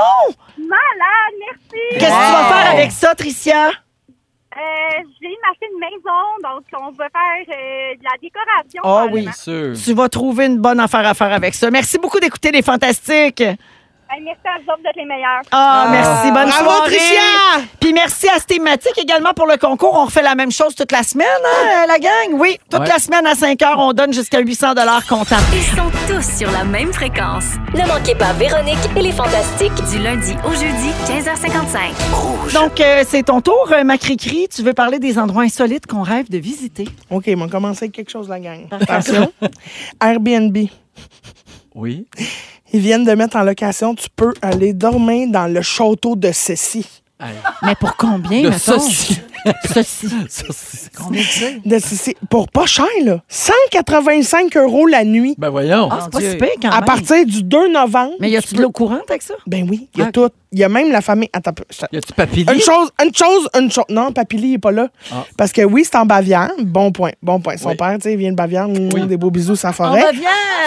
Malade, merci! Qu'est-ce que tu vas faire avec ça, Tricia? Euh, je vais me m'acheter une maison, donc on va faire euh, de la décoration. Ah oui. probablement. Tu vas trouver une bonne affaire à faire avec ça. Merci beaucoup d'écouter Les Fantastiques. Euh, Merci à vous autres d'être les meilleurs. Ah, merci. Bonne Bravo, soirée. Tricia! Puis merci à Stématique également pour le concours. On refait la même chose toute la semaine, hein, la gang? Oui, toute Ouais. la semaine à 5 heures, on donne jusqu'à 800 comptant. Ils sont tous sur la même fréquence. Ne manquez pas Véronique et les Fantastiques du lundi au jeudi 15h55. Donc, euh, c'est ton tour, euh, ma Cricri. Tu veux parler des endroits insolites qu'on rêve de visiter? OK, mais on commence avec quelque chose, la gang. Attention. Airbnb. Oui. Ils viennent de mettre en location, tu peux aller dormir dans le château de ceci. Mais pour combien, De mettons? ceci. Ceci. Combien de ceci? Pour pas cher, là. 185 euros la nuit. Ben voyons. Ah, c'est pas si pire, quand À même. partir du 2 novembre. Mais y a-tu de l'eau courante avec ça? Ben oui, Ah. il y a tout. Il y a même la famille. Attends, un peu, je- Y a-tu papilly? Une chose, une chose, une chose. Non, Papilly, il n'est pas là. Ah. Parce que oui, c'est en Bavière. Bon point, bon point. Son Oui. père, tu sais, il vient de Bavière. Mm, Des beaux bisous, sa On forêt. revient!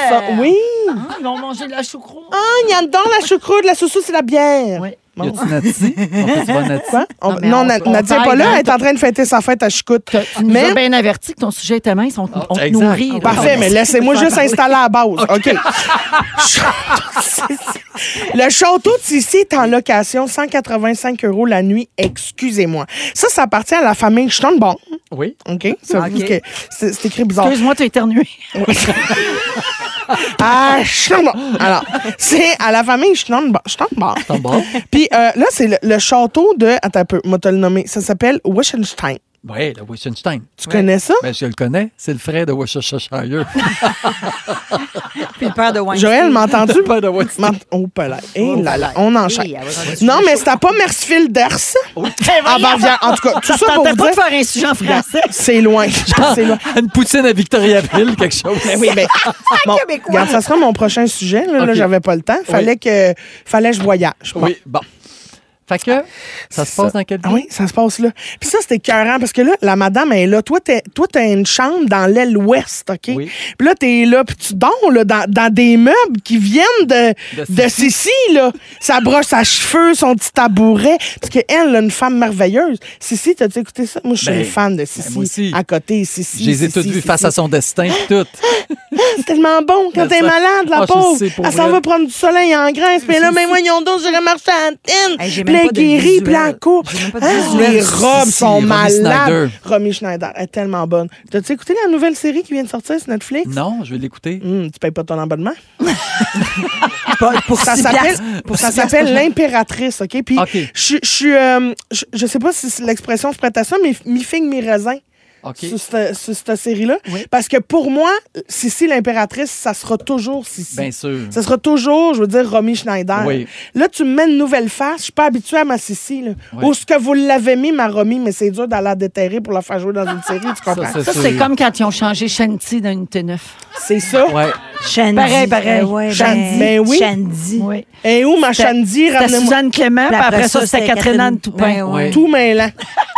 Ça- oui. Ah, ils vont manger de la choucroute. Ah, il y a dedans la choucroute, la soussou, c'est la bière. Oui. Y a-tu Nati? On peut-tu voir Nati? Quoi? On- Non, mais non, on- Na- on Nadia n'est pas taille là. dans Elle est en train de fêter sa fête à Chicoute. nous as bien averti que ton sujet était mince. On, on te Exact. nourrit. là. Parfait, mais laissez-moi juste installer la base. OK. le château de Sissi est en location 185 euros la nuit. Excusez-moi. Ça, ça appartient à la famille Schtonbaum. Oui. OK. Ça, OK. ok. C'est c'est écrit bizarre. Excuse-moi, t'as éternué. Ah, Schnornbach. Alors, c'est à la famille Schnornbach. Schnornbach. Puis euh, là, c'est le, le château de. Attends un peu, moi, te le nommer. Ça s'appelle Wischenstein. Oui, le Wittgenstein. Tu connais ça? Ben, je le connais. C'est le frère de Worcestershire. Puis le père de Weinstein. Joël, m'entends-tu? Pas de M'ent- Oh, palais. Eh Oh, là là, palais. on enchaîne. Eh, ouais, ouais, non, mais c'était pas Mersfield d'Ers. Ah, ben, viens. En tout cas, tout ça pour T'entends vous pas de dire- faire un sujet en français. C'est loin. C'est loin. Une poutine à Victoriaville, quelque chose. Ben oui, mais bon, regarde, ça sera mon prochain sujet. Là, là, OK. j'avais pas le temps. Fallait que, fallait que je voyage. Bon. Oui, bon. Fait que, ça se passe dans quel Ah oui, ça se passe là. Puis ça, c'était écœurant parce que là, la madame elle est là. Toi, t'es- toi, t'as une chambre dans l'aile ouest, OK? Puis là, t'es là, puis tu dors là, dans, dans des meubles qui viennent de, De de, Sissi, là. Sa broche à cheveux, son petit tabouret. Parce qu'elle, une femme merveilleuse. Sissi, t'as-tu écouté ça? Moi, je suis Ben, une fan de moi Sissi. aussi. À côté, Sissi. Je les ai Sissi, toutes vues Sissi. face à son destin, puis toutes. C'est tellement bon quand Ben, t'es ça- malade, la Ah, je pauvre. sais, pour Elle s'en vrai. va prendre du soleil en Grèce. Puis là, mais voyons donc, j'irai marcher à la Hey, j'ai tine. même Puis pas de guérie, visuel. puis la cour. pas de Ah, visuel. Les Si, robes si, sont Romy malades. Schneider. Romy Schneider elle est tellement bonne. T'as-tu écouté la nouvelle série qui vient de sortir sur Netflix? Non, je vais l'écouter. Hum, tu payes pas ton abonnement? pour ça six s'appelle piastres. pour- Pour ça six piastres s'appelle par jour. l'impératrice, OK? Puis OK. je je suis euh, je je sais pas si l'expression se prête à ça mais mi figue mi raisin. OK. Sur cette, sur cette série-là. Parce que pour moi, Sissi l'impératrice, ça sera toujours Sissi. Bien sûr. Ça sera toujours, je veux dire, Romy Schneider. Oui. Là, tu me mets une nouvelle face. Je suis pas habituée à ma Sissi. Là. Oui. Où est-ce que vous l'avez mis, ma Romy, mais c'est dur d'aller la déterrer pour la faire jouer dans une série, tu comprends? Ça, c'est comme quand ils ont changé Shanty dans Unité 9. C'est ça. Ouais. Shandy. Pareil, pareil. Eh ouais, Shandy. ben, Ben oui. Shandy. Oui. Et où, ma Shandy? C'était Ramenez-moi- ben, Suzanne Clément, puis après ça, c'était Catherine Anne Ben, Toupin. ouais. Ouais. Tout mêlant.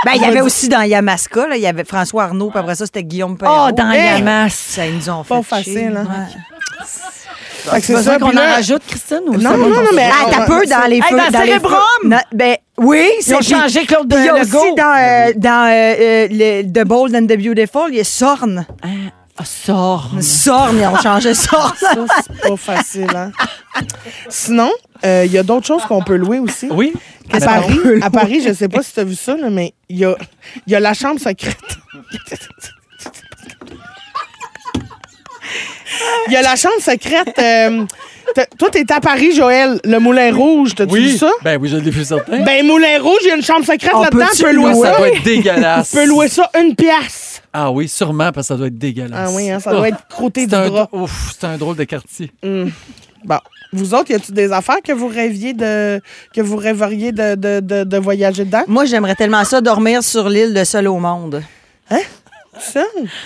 Ben, il y avait aussi dans Yamaska, là, il y avait François Arnaud, puis après ça, c'était Guillaume Perrault. Oh, dans Eh, Yamas. Ça, ils nous ont fait Pas chier. facile, hein? Fait Fait que c'est besoin ça, qu'on puis en là- rajoute, Christine? ou Non, c'est non, bon non, pour mais- ça? Ah, t'as on- peu dans les Hey, feux. dans les Cérébrum! feux. Non, ben, Oui, Ils ont changé Claude Il y a Legault. aussi dans, euh, dans euh, euh, le- The Bold and the Beautiful, il y a Sorn. Sorn. Sorn, ils ont changé Sorn. Ça, c'est pas facile, hein? Sinon, euh, il y a d'autres choses qu'on peut louer aussi. Oui. À Qu'est-ce qu'on Paris, peut louer? à Paris, je sais pas si tu as vu ça, là, mais il y a, il y a la chambre secrète. Il y a la chambre secrète. euh, t'as- toi, t'es à Paris, Joël. Le Moulin Rouge, t'as-tu vu ça? Ben oui, je l'ai vu certain. Ben, Moulin Rouge, il y a une chambre secrète On là-dedans. peut-tu Tu peux louer louer? ça. Ça doit être dégueulasse. Tu peux louer ça une pièce. Ah oui, sûrement, parce que ça doit être dégueulasse. Oh, Ah oui, hein, ça doit être crotté C'est du un- drap. Ouf, c'est un drôle de quartier. Hmm. Bon. Vous autres, y a-tu des affaires que vous rêviez de. que vous rêveriez de, de, de, de voyager dedans? Moi, j'aimerais tellement ça dormir sur l'île de Seul au monde. Hein? Seul?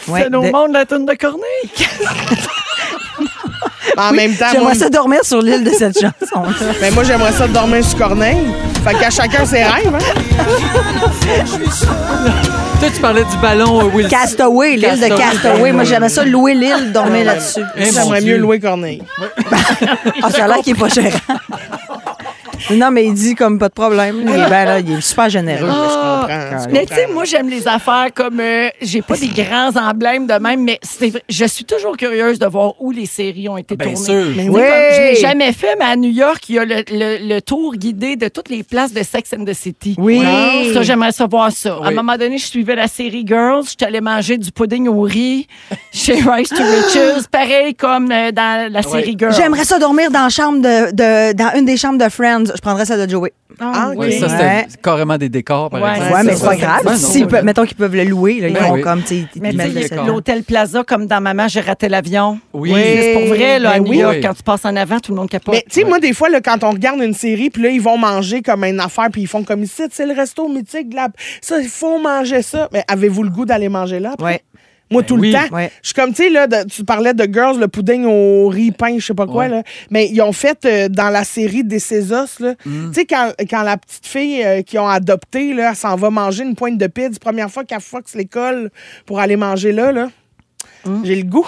Ouais, Seul au de- monde, la toune de Corneille. Bah, En Oui, même temps, j'aimerais moi- ça dormir sur l'île de cette chanson. Mais moi, j'aimerais ça dormir sur Corneille. Fait qu'à chacun ses rêves, hein? Toi, tu parlais du ballon euh, Wilson. Castaway, l'île de Castaway. Moi, j'aimerais ça louer l'île, dormir là-dessus. Eh, mon J'aimerais Dieu. mieux louer Corneille. Ah, ça a l'air qu'il est pas cher. non, mais il dit comme pas de problème. Il est, ben, là, il est super généreux. Ah, comprends, je mais tu sais, moi, j'aime les affaires comme. euh, j'ai pas des grands emblèmes de même, mais c'est vrai, je suis toujours curieuse de voir où les séries ont été Bien tournées. sûr. Tu sais, Mais comme, oui. je l'ai jamais fait, mais à New York, il y a le, le- le tour guidé de toutes les places de Sex and the City. Oui. Ça, j'aimerais savoir ça. À un Oui. moment donné, je suivais la série Girls. Je allée manger du pudding au riz chez Rice to Riches. Pareil comme euh, dans la série Girls. J'aimerais ça dormir dans, la chambre de, de- dans une des chambres de Friends. Je prendrais ça de Joey. Ah, Ouais, ça, c'était Ouais. carrément des décors, par Ouais, exemple. ouais, mais c'est pas Ouais, grave. non, S'ils c'est peuvent- vrai. mettons qu'ils peuvent le louer, là, ils Ben font oui. comme, tu sais, ils Mais te tu sais, mettent il y le a décor. l'hôtel Plaza, comme dans Maman, j'ai raté l'avion. Oui. C'est pour vrai, là, à Ben New oui. York, Oui. quand tu passes en avant, tout le monde capote. Mais tu sais, moi, des fois, là, quand on regarde une série, puis là, ils vont manger comme une affaire, puis ils font comme ici, c'est le resto mythique de la... Ça, il faut manger ça. Mais avez-vous le goût d'aller manger là? après? Moi, Ben tout le oui. temps. Ouais. Je suis comme, tu sais, là, de- tu parlais de Girls, le pudding au riz, pain, je sais pas quoi, Ouais. là. Mais ils ont fait euh, dans la série des Césos, là. Mm. Tu sais, quand, quand la petite fille euh, qu'ils ont adoptée, là, elle s'en va manger une pointe de pizza, première fois qu'elle fox l'école pour aller manger là, là. Mm. J'ai le goût.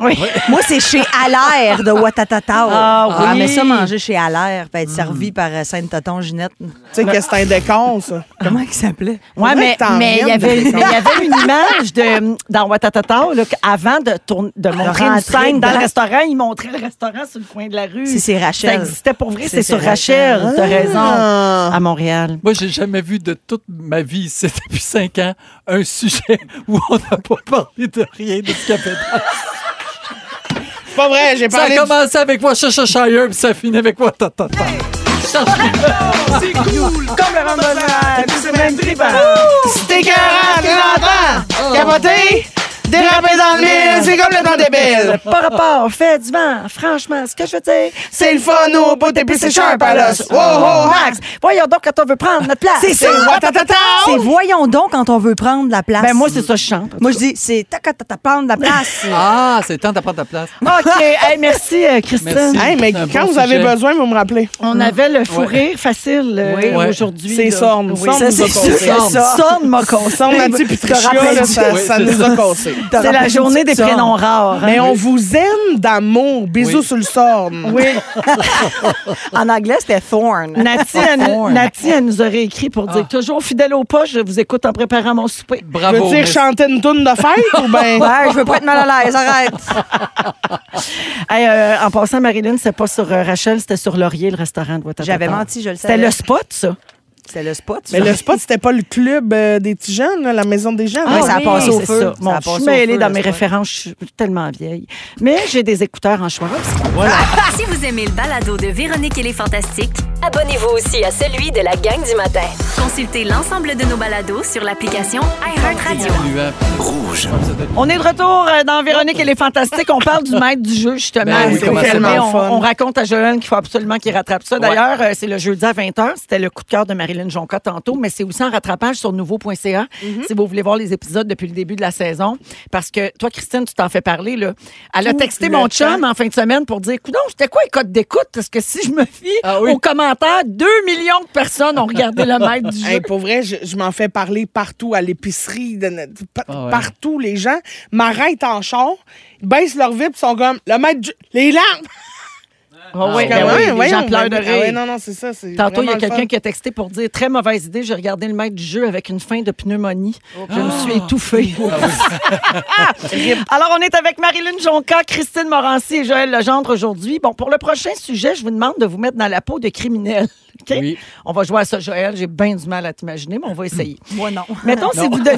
Oui. Moi, c'est chez Allaire de Watatata. Ah, oui. mais ça, manger chez Allaire, puis être servi par euh, Sainte-Toton Ginette. Tu sais que c'est un décor, ça. Comment il s'appelait? Ouais, mais mais il y avait mais il y avait une image de, dans Watatata, là, avant de, tourner, de montrer une rentrer scène dans le dedans. restaurant, ils montraient le restaurant sur le coin de la rue. Si, c'est Rachel. Ça existait pour vrai, Si, c'est c'est sur Rachel. Rachel. T'as Ah. raison. À Montréal. Moi, j'ai jamais vu de toute ma vie ici, depuis cinq ans, un sujet où on n'a pas parlé de rien de ce capitaine. C'est pas vrai, j'ai Ça a parlé du- commencé avec moi, Cheshire, puis ça finit avec moi, ta, ta, ta. C'est cool! Comme le randonneur, puis c'est même tribal! C'était écœurant, t'es l'entends? Capoté? Dérapé dans le mille, c'est comme le temps des belles! Par rapport, on fait du vent. Franchement, ce que je veux dire, C'est le fun au bout, et puis c'est sharp à l'os! Wow, wow, Max, voyons donc quand on veut prendre notre place. C'est ça! Watatata! C'est voyons donc quand on veut prendre la place. Ben, moi, c'est ça, je chante. Moi, je dis, c'est tacatata, prendre la place. Ah, c'est le temps de prendre ta place. OK. Hey, merci, euh, Christine. Merci. Hey, mais C'est un quand bon vous avez sujet. besoin, vous me rappelez. On avait le fou Ouais. rire facile euh, Oui. Ouais. aujourd'hui. C'est là. Sorn. Oui. Sorn Ça, nous c'est a causé. sûr. Sorn. Sorn m'a cassé. Sorn, Mathieu puis Tricia, là, ça- Oui, ça c'est nous ça. a cassé. C'est la journée des prénoms rares, hein. Mais on vous aime d'amour. Bisous sur le Sorn. Oui. en anglais, c'était thorn. Nati, elle, Thorn. Nati, elle nous aurait écrit pour Ah. dire toujours fidèle au pas, je vous écoute en préparant mon souper. Bravo. Veux-tu chanter une toune de fête ou ben? Ouais, je veux pas être mal à l'aise, arrête. Hey, euh, en passant, Marilyn, c'était pas sur euh, Rachel, c'était sur Laurier, le restaurant de Ouattatata. J'avais menti, je le C'était savais. le spot, ça. C'était le spot. Mais le spot, c'était pas le club euh, des petits jeunes, là, la maison des jeunes. Ah, hein? ça a passé au c'est feu. Ça ça. Mon, a je suis passé au mêlée feu, dans le mes spot. références, je suis tellement vieille. Mais j'ai des écouteurs en choix. Si vous aimez le balado de Véronique et les Fantastiques, abonnez-vous aussi à celui de la gang du matin. Consultez l'ensemble de nos balados sur l'application iHeartRadio. Rouge. On est de retour euh, dans Véronique et les Fantastiques. On parle du maître du jeu, justement. Ben oui, C'est comment vrai, ça va? mais on, Fun. on raconte à Joël qu'il faut absolument qu'il rattrape ça. D'ailleurs, euh, c'est le jeudi à 20h. C'était le coup de cœur de Marilyn Jonca tantôt, mais c'est aussi en rattrapage sur nouveau.ca si vous voulez voir les épisodes depuis le début de la saison. Parce que toi, Christine, tu t'en fais parler. Là. Elle a Tout texté le mon temps. chum en fin de semaine pour dire Coudon, c'était quoi les codes d'écoute? Parce que si je me fie Ah oui. aux commentaires, 2 millions de personnes ont regardé le maître du jeu. Hey, pour vrai, je, je m'en fais parler partout, à l'épicerie, de- de- pa- Ah ouais. partout. Les gens m'arrêtent en char, baissent leur vibre, sont comme le maître du- les lampes. Ah Parce ouais, ben que, oui, ouais, les voyons, gens pleurent de ben, ah ouais, rire. non, non, c'est ça. c'est Tantôt, il y vraiment a le fun. quelqu'un qui a texté pour dire Très mauvaise idée, j'ai regardé le maître du jeu avec une fin de pneumonie. Je me suis étouffée. Alors, on est avec Marilyn Jonca, Christine Morancy et Joël Legendre aujourd'hui. Bon, pour le prochain sujet, je vous demande de vous mettre dans la peau de criminel. OK? On va jouer à ça, Joël. J'ai bien du mal à t'imaginer, mais on va essayer. Moi, non. Mettons, si Non. vous, deviez,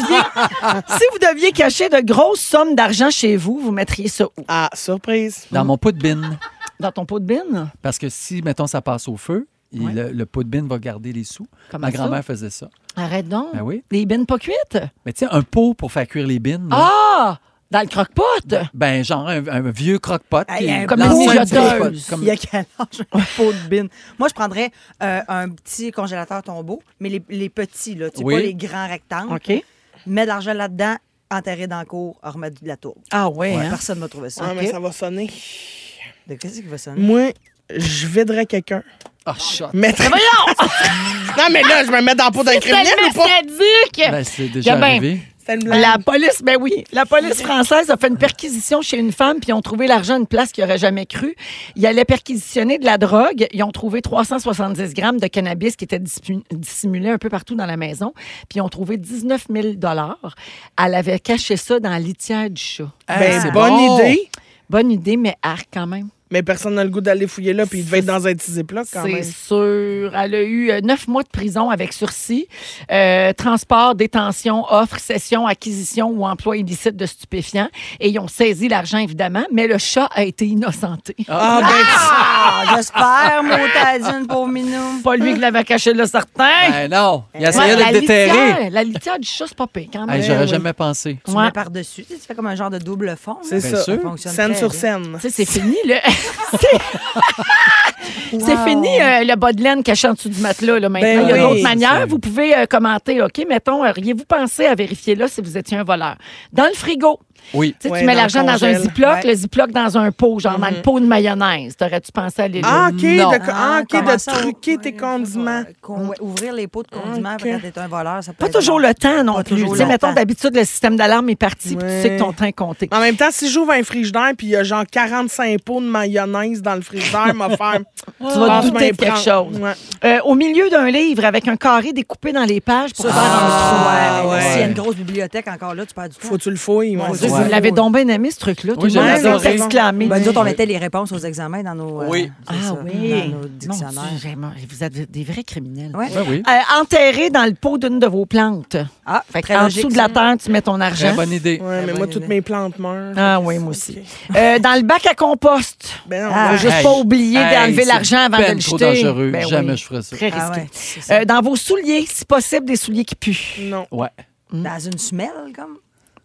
si vous deviez cacher de grosses sommes d'argent chez vous, vous mettriez ça où? Ah, surprise. Dans mon pot de bine. Dans ton pot de bine? Parce que si, mettons, ça passe au feu, il- le, le pot de bine va garder les sous. Comment Ma ça? grand-mère faisait ça. Arrête donc. Ben oui. Les bines pas cuites? Mais tu sais, un pot pour faire cuire les bines. là. Ah! Dans le croque-pot! Ben, genre un, un vieux croque-pot. qui est Comme dans une un petit mijoteuse. croque-pot, comme- Il y a quel âge? Un pot de bine. Moi, je prendrais euh, un petit congélateur tombeau, mais les, les petits, là. Tu sais, Oui. pas les grands rectangles. OK. Mets de l'argent là-dedans, enterré dans le cours, remettre de la tour. Ah ouais, hein? Personne ne m'a trouvé ça. Ouais, mais ça va sonner. De qu'est-ce qui va sonner? Moi, je viderais quelqu'un. Ah, shot. Mais voyons! non, mais là, je me mets dans le pot d'un criminel ou pas? Ben, c'est déjà Gabin, arrivé. C'est une blague. La police, ben oui, la police française a fait une perquisition chez une femme, puis ils ont trouvé l'argent à une place qu'ils n'auraient jamais cru. Ils allaient perquisitionner de la drogue. Ils ont trouvé 370 grammes de cannabis qui était dispu- dissimulé un peu partout dans la maison. Puis ils ont trouvé 19 000 Elle avait caché ça dans la litière du chat. Ben, Ah. bonne idée. Bonne idée, mais arc quand même. Mais personne n'a le goût d'aller fouiller là, puis il devait être dans un petit ziploc quand C'est même. sûr. Elle a eu euh, neuf mois de prison avec sursis, euh, transport, détention, offre, cession, acquisition ou emploi illicite de stupéfiants. Et ils ont saisi l'argent, évidemment, mais le chat a été innocenté. Ah, ben, Ah! j'espère, mon Tadine, pauvre minou. Pas lui qui l'avait caché, le certain. Ben non, il essayait Ouais, de la le déterrer. Ah, litière- La litière du chat, c'est pas pire quand même. Hey, J'aurais jamais pensé. Tu Ouais. mets par-dessus, tu sais, tu fais comme un genre de double fond. là. C'est Bien ça. sûr. fonctionne Scène très sur bien. scène. Tu sais, c'est fini, le... c'est- C'est fini euh, le bas de laine caché en dessous du matelas. Là, maintenant, Ben il y a oui. d'autres manières. Vous pouvez euh, commenter. OK, mettons, auriez-vous pensé à vérifier là si vous étiez un voleur? Dans le frigo. Oui. Tu sais, Ouais, tu mets dans le l'argent dans un congèle. ziploc, Ouais. Mhm. le ziploc dans un pot, genre dans le pot de mayonnaise. T'aurais-tu pensé à aller là? Ah, OK, Non. de, ah, ok, comment de ça, truquer tes condiments. Euh, Qu'on- ouais, Ouvrir les pots de condiments Ok. quand t'es un voleur, ça peut Pas ben être toujours le temps non Pas plus. toujours Tu sais, le mettons, temps. d'habitude, le système d'alarme est parti, puis tu sais Ouais. Ah. que ton temps est compté. En même temps, si j'ouvre un frigidaire puis il y a genre 45 pots de mayonnaise dans le frigidaire, m'a faire. Tu vas douter de quelque chose. Ouais. Euh, au milieu d'un livre, avec un carré découpé dans les pages pour Ça, faire un trou. Ah, ouais. ouais. S'il y a une grosse bibliothèque encore là, tu perds du temps. Faut-tu le fouilles? ouais. Mon Vous Ouais. l'avez donc bien aimé, ce truc-là. Tout Oui, le monde j'ai l'a adoré. exclamé. Ben, nous autres, on mettait les réponses aux examens dans nos, euh, Oui. c'est Ah ça, oui. dans nos Mon Dieu, dictionnaires. j'aime- vous êtes des vrais criminels. Ouais. Ben oui. Euh, enterré dans le pot d'une de vos plantes. Ah, Fait très en logique, dessous de la ça. terre, tu mets ton argent. Très bonne idée. Ouais, mais bonne moi, idée. toutes mes plantes meurent. Ah oui, moi aussi. Euh, dans le bac à compost. Ben non, Ah, moi, Faut je- juste Hey. pas oublier Hey, d'enlever c'est l'argent avant de ben le jeter. trop dangereux. Jamais je ferais ça. Très risqué. Ah ouais, c'est ça. Euh, dans vos souliers, si possible, des souliers qui puent. non. Ouais. Dans une semelle, comme.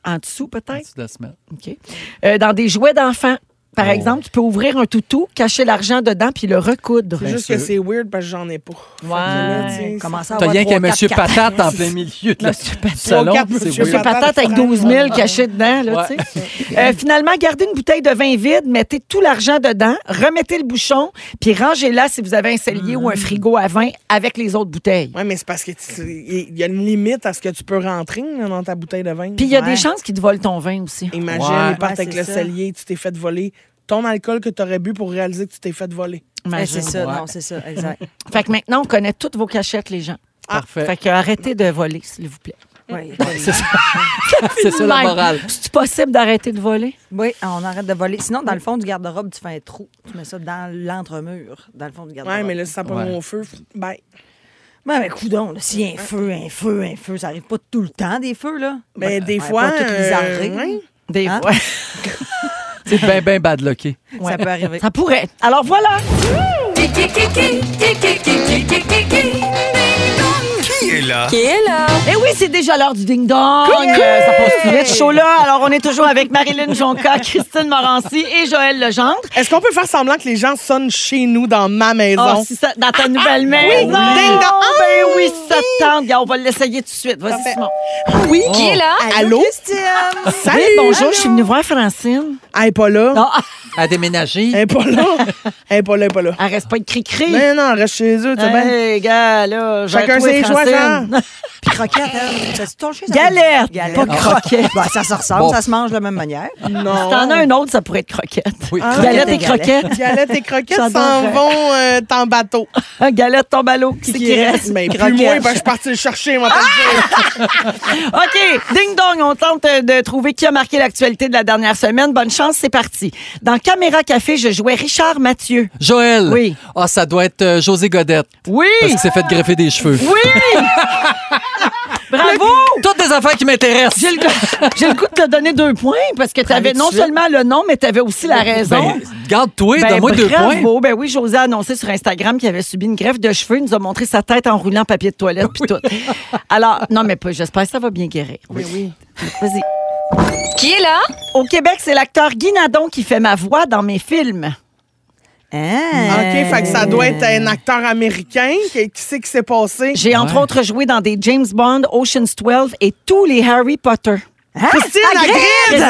En dessous, peut-être. C'est de la semaine. OK. Euh, dans des jouets d'enfants. Par Oh. exemple, tu peux ouvrir un toutou, cacher l'argent dedans, puis le recoudre. C'est juste sûr. que c'est weird parce que j'en ai pas. Fait que là, tu sais, c'est- Comment ça T'as rien qu'à Monsieur Patate en plein milieu. milieu de la, du Trois, salon. quatre c'est Monsieur weird. Monsieur patate avec 12 000 cachés dedans. Là, Ouais. tu sais. Euh, finalement, gardez une bouteille de vin vide, mettez tout l'argent dedans, remettez le bouchon, puis rangez-la si vous avez un cellier ou un frigo à vin avec les autres bouteilles. Ouais, mais c'est parce que tu- il y a une limite à ce que tu peux rentrer là, dans ta bouteille de vin. Puis il y a Ouais. des chances qu'ils te volent ton vin aussi. Imagine, Ouais. ils partent Ouais, avec c'est le ça. cellier, tu t'es fait voler ton alcool que tu aurais bu pour réaliser que tu t'es fait voler. Imagine. C'est ça, Ouais. non, c'est ça, exact. Fait que maintenant, on connaît toutes vos cachettes, les gens. Parfait. Fait que arrêtez de voler, s'il vous plaît. Ouais. C'est ça. C'est ça la Même. morale. C'est-tu possible d'arrêter de voler? Oui, on arrête de voler. Sinon, dans le fond du garde-robe, tu fais un trou. Tu mets ça dans l'entremur, dans le fond du garde-robe. Ouais, mais là, si ça prend Ouais. au feu, f- bye. Ouais, mais coudon, là, s'il y a un feu, un feu, un feu, ça arrive pas tout le temps des feux, là. Mais Ben, des ouais, fois. Pas toutes les euh, arrêts. ouais. Des Hein? fois. C'est ben, ben bad lucké. Ça peut arriver. Ça pourrait. Alors voilà. Qui est là? Et Eh oui, c'est déjà l'heure du ding-dong. Euh, ça passe tout vite, ce show-là. Alors, on est toujours avec Marilyn Jonca, Christine Morancy et Joël Legendre. Est-ce qu'on peut faire semblant que les gens sonnent chez nous dans ma Ah, maison? si ça, dans ta nouvelle maison. Ding-dong. Ah, Ben oui, ça te tente. Regarde, on va l'essayer tout de suite. Vas-y, Simon. Oh. oui, qui est là? Allô? Christiane! Salut! bonjour, je suis venue voir Francine. Ah, Elle n'est pas là. À déménager. Elle n'est pas là. Elle n'est pas là, elle n'est pas là. Elle reste pas de cri-cri. Mais non, elle reste chez eux, tu sais bien. Hey, gars, là, je vais Chacun trouver ses choix, Francine. Puis croquette, hein, t'as-tu ton chien? ça? Eh. Galette, Galette. pas croquette. Bah, ça se ressemble, Bon. ça se mange de la même manière. Si t'en as un autre, ça pourrait être croquette. Oui, Ah, galette et croquette. Galette et croquette s'en J'adorerais. Ah, vont euh, en bateau. Un galette tombe à l'eau. Qui, qui reste? Mais plus Croquette. moi, ben, je suis parti le chercher, moi, t'as OK, ding dong, on tente euh, de trouver qui a marqué l'actualité de la dernière semaine. Bonne chance, c'est parti. Dans Caméra Café, je jouais Richard Mathieu. Joël. Oui. Ah, ça doit être euh, José Godette. Oui. Parce qu'il s'est fait greffer des cheveux. Oui! Bravo! Toutes des affaires qui m'intéressent. J'ai le, goût- j'ai le goût de te donner deux points parce que tu avais non Prends-les tout de seulement le nom, mais tu avais aussi la raison. Ben, Garde-toi, Ben, donne-moi deux bravo. points. Ben oui, José a annoncé sur Instagram qu'il avait subi une greffe de cheveux. Il nous a montré sa tête en roulant papier de toilette puis tout. Alors, non, mais pas- j'espère que ça va bien guérir. Ben oui. Vas-y. Qui est là? Au Québec, c'est l'acteur Guy Nadon qui fait ma voix dans mes films. Hein? OK, Euh. fait que ça doit être un acteur américain. Qui, qui c'est qui s'est passé? J'ai entre autres joué dans des James Bond, Ocean's 12 et tous les Harry Potter. Christine Ah, Agride!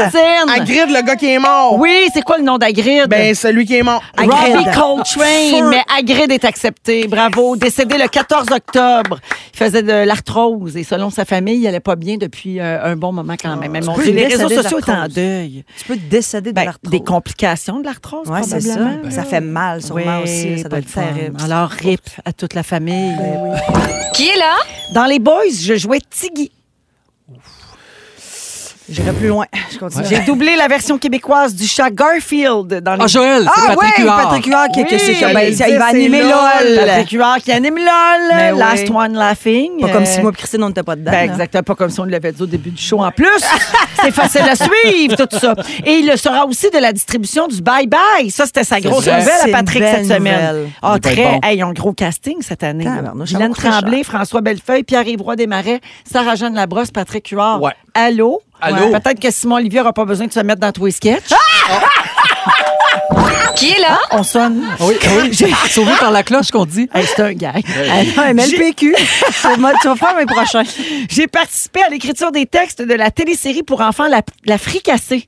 Christine! Agride, le gars qui est mort. Oui, c'est quoi le nom d'Agride? Ben, celui qui est mort. Robbie Coltrane, mais Agride est accepté. Bravo. Décédé le 14 octobre. Il faisait de l'arthrose et selon sa famille, il allait pas bien depuis euh, un bon moment quand même. Mais mon peux Dieu, les décéder réseaux de sociaux étaient en l'arthrose. deuil. Tu peux décéder de Ben, l'arthrose. des complications de l'arthrose, Ouais, c'est ça. probablement. Ça fait mal, sûrement Ouais, aussi. Ça pas doit le être fun. terrible. Alors, rip à toute la famille. Qui est là? Dans Les Boys, je jouais Tiggy. J'irai plus loin. Je continue. J'ai doublé la version québécoise du chat Garfield dans les... Ah, Joël, c'est Ah Patrick ouais, Huard. Patrick Huard qui, que Oui, c'est ça. Ben, j'allais il va dire, c'est animer LOL. Patrick Huard qui anime LOL, Mais oui. Last One Laughing. Pas comme Euh, si moi et Christine, on n'était pas dedans. Ben, là. exactement, pas comme si on l'avait dit au début du show en plus. C'est facile à suivre, tout ça. Et il le sera aussi de la distribution du Bye Bye. Ça, c'était sa grosse vrai. nouvelle à C'est Patrick une cette belle semaine. nouvelle. Ah, Il va être très. bon. Hey, ils ont un gros casting cette année. là. Tabarnouche, ça va Hélène coûter Tremblay, François Bellefeuille, Pierre-Yves Roy Desmarais, Sarah-Jeanne Labrosse, Patrick Huard. Ouais. Allô? Allô? Ouais. Peut-être que Simon Olivier n'aura pas besoin de se mettre dans tous les sketchs. Ah! Ah! Qui est là? On sonne. Oui, oui. Sauvé par la cloche qu'on dit. Hey, c'est un gag. Ah, MLPQ. C'est moi, tu vas faire mes prochains. J'ai participé à l'écriture des textes de la télésérie pour enfants La, la Fricassée.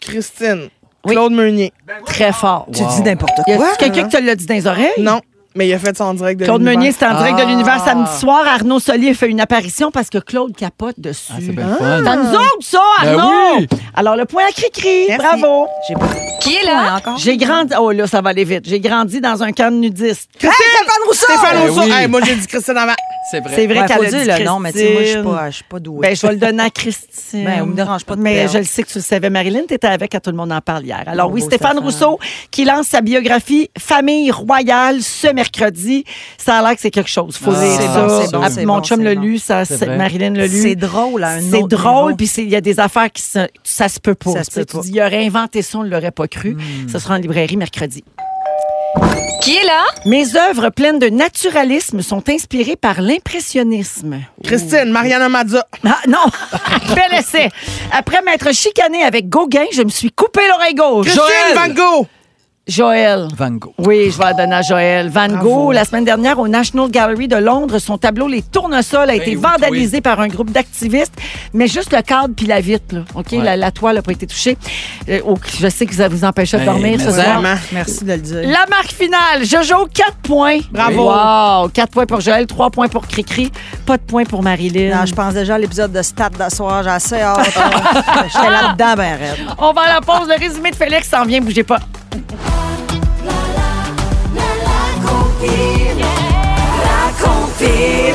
Christine. Claude Meunier. Très fort. Tu dis n'importe Y a quoi. quelqu'un qui te l'a dit dans les oreilles? Non, mais il a fait ça en direct de Claude l'univers. Meunier, c'était en direct Ah. de l'univers samedi soir. Arnaud Solier fait une apparition parce que Claude capote dessus. Ah, C'est bien le Ah. fun. C'est à nous autres, ça, Ben Arnaud! oui. Alors, le point à Cricri. Merci. Bravo! J'ai pas Qui est là? encore. J'ai grandi. Oh, là, ça va aller vite. J'ai grandi dans un camp de nudistes. Christine! Stéphane Rousseau! Stéphane Ben Rousseau. oui. Hey, moi, j'ai dit Christine avant. C'est vrai. C'est vrai Ouais, qu'elle faut a dit dire le nom, mais tu sais, moi, je suis Christine. pas, je suis pas douée. Ben, je vais le donner à Christine. Ben, on me dérange pas de Mais perdre. je le sais que tu le savais, Marilyn, tu étais avec à Tout le monde en parle hier. Alors Mon oui, beau Stéphane Stéphane. Rousseau qui lance sa biographie Famille royale ce mercredi. Ça a l'air que c'est quelque chose. Faut Ah, lire c'est ça. bon, c'est bon, Ah, c'est Mon bon, chum c'est l'a bon. lu, ça, C'est c'est- vrai. Marilyn l'a lu. C'est drôle, à un C'est autre drôle, niveau. puis c'est- il y a des affaires qui se, ça se peut pas. Ça se Tu sais, peut tu pas. Hmm. dis, il aurait inventé ça, on ne l'aurait pas cru. Ce sera en librairie mercredi. Qui est là? Mes œuvres pleines de naturalisme sont inspirées par l'impressionnisme. Christine, Mariana Mazza. Ah, non! Bel essai. Après m'être chicanée avec Gauguin, je me suis coupé l'oreille gauche. Christine Van Gogh. Joël. Van Gogh. Oui, je vais la donner à Joël. Van Gogh, la semaine dernière, au National Gallery de Londres, son tableau Les Tournesols a été Ben oui, vandalisé par un groupe d'activistes, mais juste le cadre puis la vitre. Là. OK? La, la toile n'a pas été touchée. Euh, oh, je sais que ça vous empêchait de Ben, dormir mais ce soir. vraiment. Merci de le dire. La marque finale, Jojo, 4 points. Bravo. Wow, 4 points pour Joël, 3 points pour Cricri, pas de points pour Marilyn. Non, je pense déjà à l'épisode de Stade de soir, j'ai assez hâte. J'étais là-dedans, ben raide. On va à la pause. Le résumé de Félix s'en vient, bougez pas.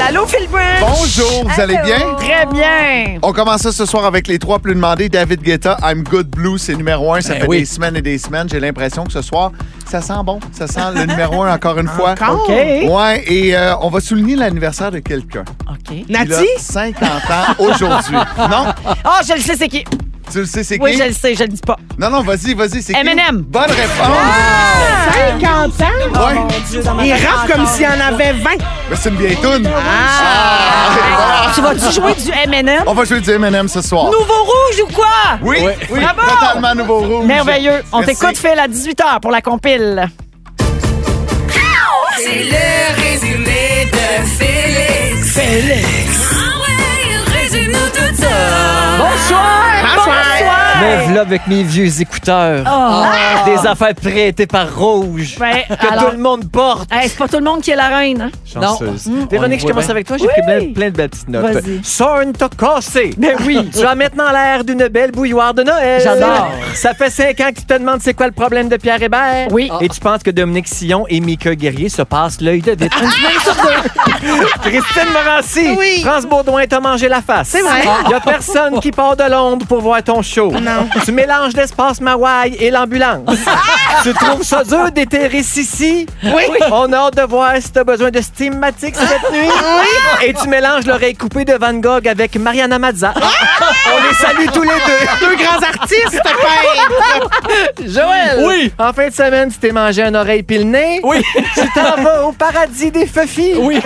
Allô, Philbert? Bonjour, vous allez bien? Très bien. On commence ça ce soir avec les trois plus demandés. David Guetta, I'm Good Blue, c'est numéro un. Ça Ben fait oui. des semaines et des semaines. J'ai l'impression que ce soir, ça sent bon. Ça sent le numéro un encore une fois. Encore? Ouais, et euh, on va souligner l'anniversaire de quelqu'un. OK. Il a Nati? 50 ans aujourd'hui. non? Ah, je le sais, c'est qui? Tu le sais, c'est Oui, qui? je le sais, je le dis pas. Non, non, vas-y, vas-y, c'est qui? M&M. Bonne réponse! Ah! 50 ans? Ouais, Il rappe comme s'il en avait 20. mais c'est une vieille toune. Ah! Tu vas-tu jouer du M&M? On va jouer du M&M ce soir. Nouveau rouge ou quoi? Oui, Ouais. oui, Bravo! totalement nouveau rouge. Merveilleux. On Merci. t'écoute, Phil, à 18h pour la compile. C'est le résumé de Félix. Félix. Ah ouais, résume-nous tout ça. Bonsoir! Bonsoir! Me voilà avec mes vieux écouteurs. Oh. Ah. Des affaires prêtées par Rouge. Ben, que alors- tout le monde porte. Hey, c'est pas tout le monde qui est la reine. hein? Chanceuse. Mm. Véronique, je commence avec toi. J'ai Oui. pris plein, plein de belles petites notes. Vas-y. Sorn t'a cassé. Ben oui. tu as maintenant l'air d'une belle bouilloire de Noël. J'adore. Ça fait cinq ans que tu te demandes c'est quoi le problème de Pierre Hébert. Oui. Et tu penses que Dominique Sillon et Mika Guerrier se passent l'œil de vite. Christine Morancy. Oui. France Baudouin t'a mangé la face. C'est vrai. Il a personne qui part de Londres pour voir ton show. Non. Tu mélanges l'espace Mawaï et l'ambulance. tu trouves ça dur d'éterrer Sissi? Oui. On a hâte de voir si t'as besoin de Steamatic cette nuit. Oui. Et tu mélanges l'oreille coupée de Van Gogh avec Mariana Mazza. On les salue tous les deux. Deux grands artistes, paix. Joël! Oui. En fin de semaine, tu t'es mangé une oreille puis le nez. Oui. Tu t'en vas au paradis des feufis. Oui.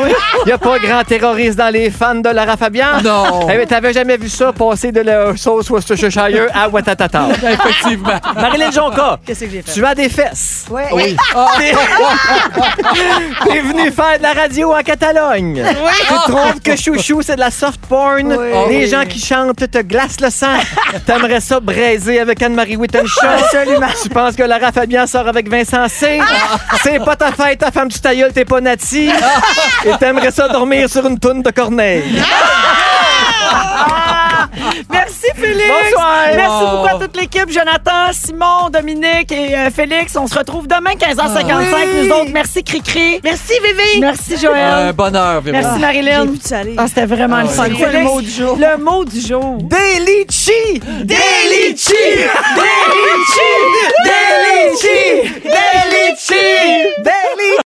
Il n'y a pas grand terroriste dans les fans de Lara Fabian. Non. Eh bien, t'avais jamais vu ça passer de la sauce Worcestershire à Watatata. Effectivement. Marilyn Jonca, Qu'est-ce que j'ai fait? tu as des fesses. Ouais. Oui. T'es- T'es venu faire de la radio en Catalogne. Oui. Tu trouves que chouchou, c'est de la soft porn. Oui. Les gens qui chantent te glacent le sang. T'aimerais ça braiser avec Anne-Marie Wittenshaw. Absolument. Tu penses que Lara Fabian sort avec Vincent C. C'est pas ta fête, ta femme du tailleul, t'es pas nati. Et t'aimerais ça dormir sur une toune de Corneille. Merci Félix. Bonsoir. Merci Wow. beaucoup à toute l'équipe. Jonathan, Simon, Dominique et euh, Félix. On se retrouve demain 15h55. Oui. Nous autres, merci Cricri. Merci Vivi. Merci Un Joël. Euh, bonheur, Véronique. Merci Marilyn. Ah, c'était vraiment le fun. oui. Félix, Le mot du jour. Le mot du jour. Des litchis. Des litchis. Des litchis. Des litchis. Des litchis. Des litchis.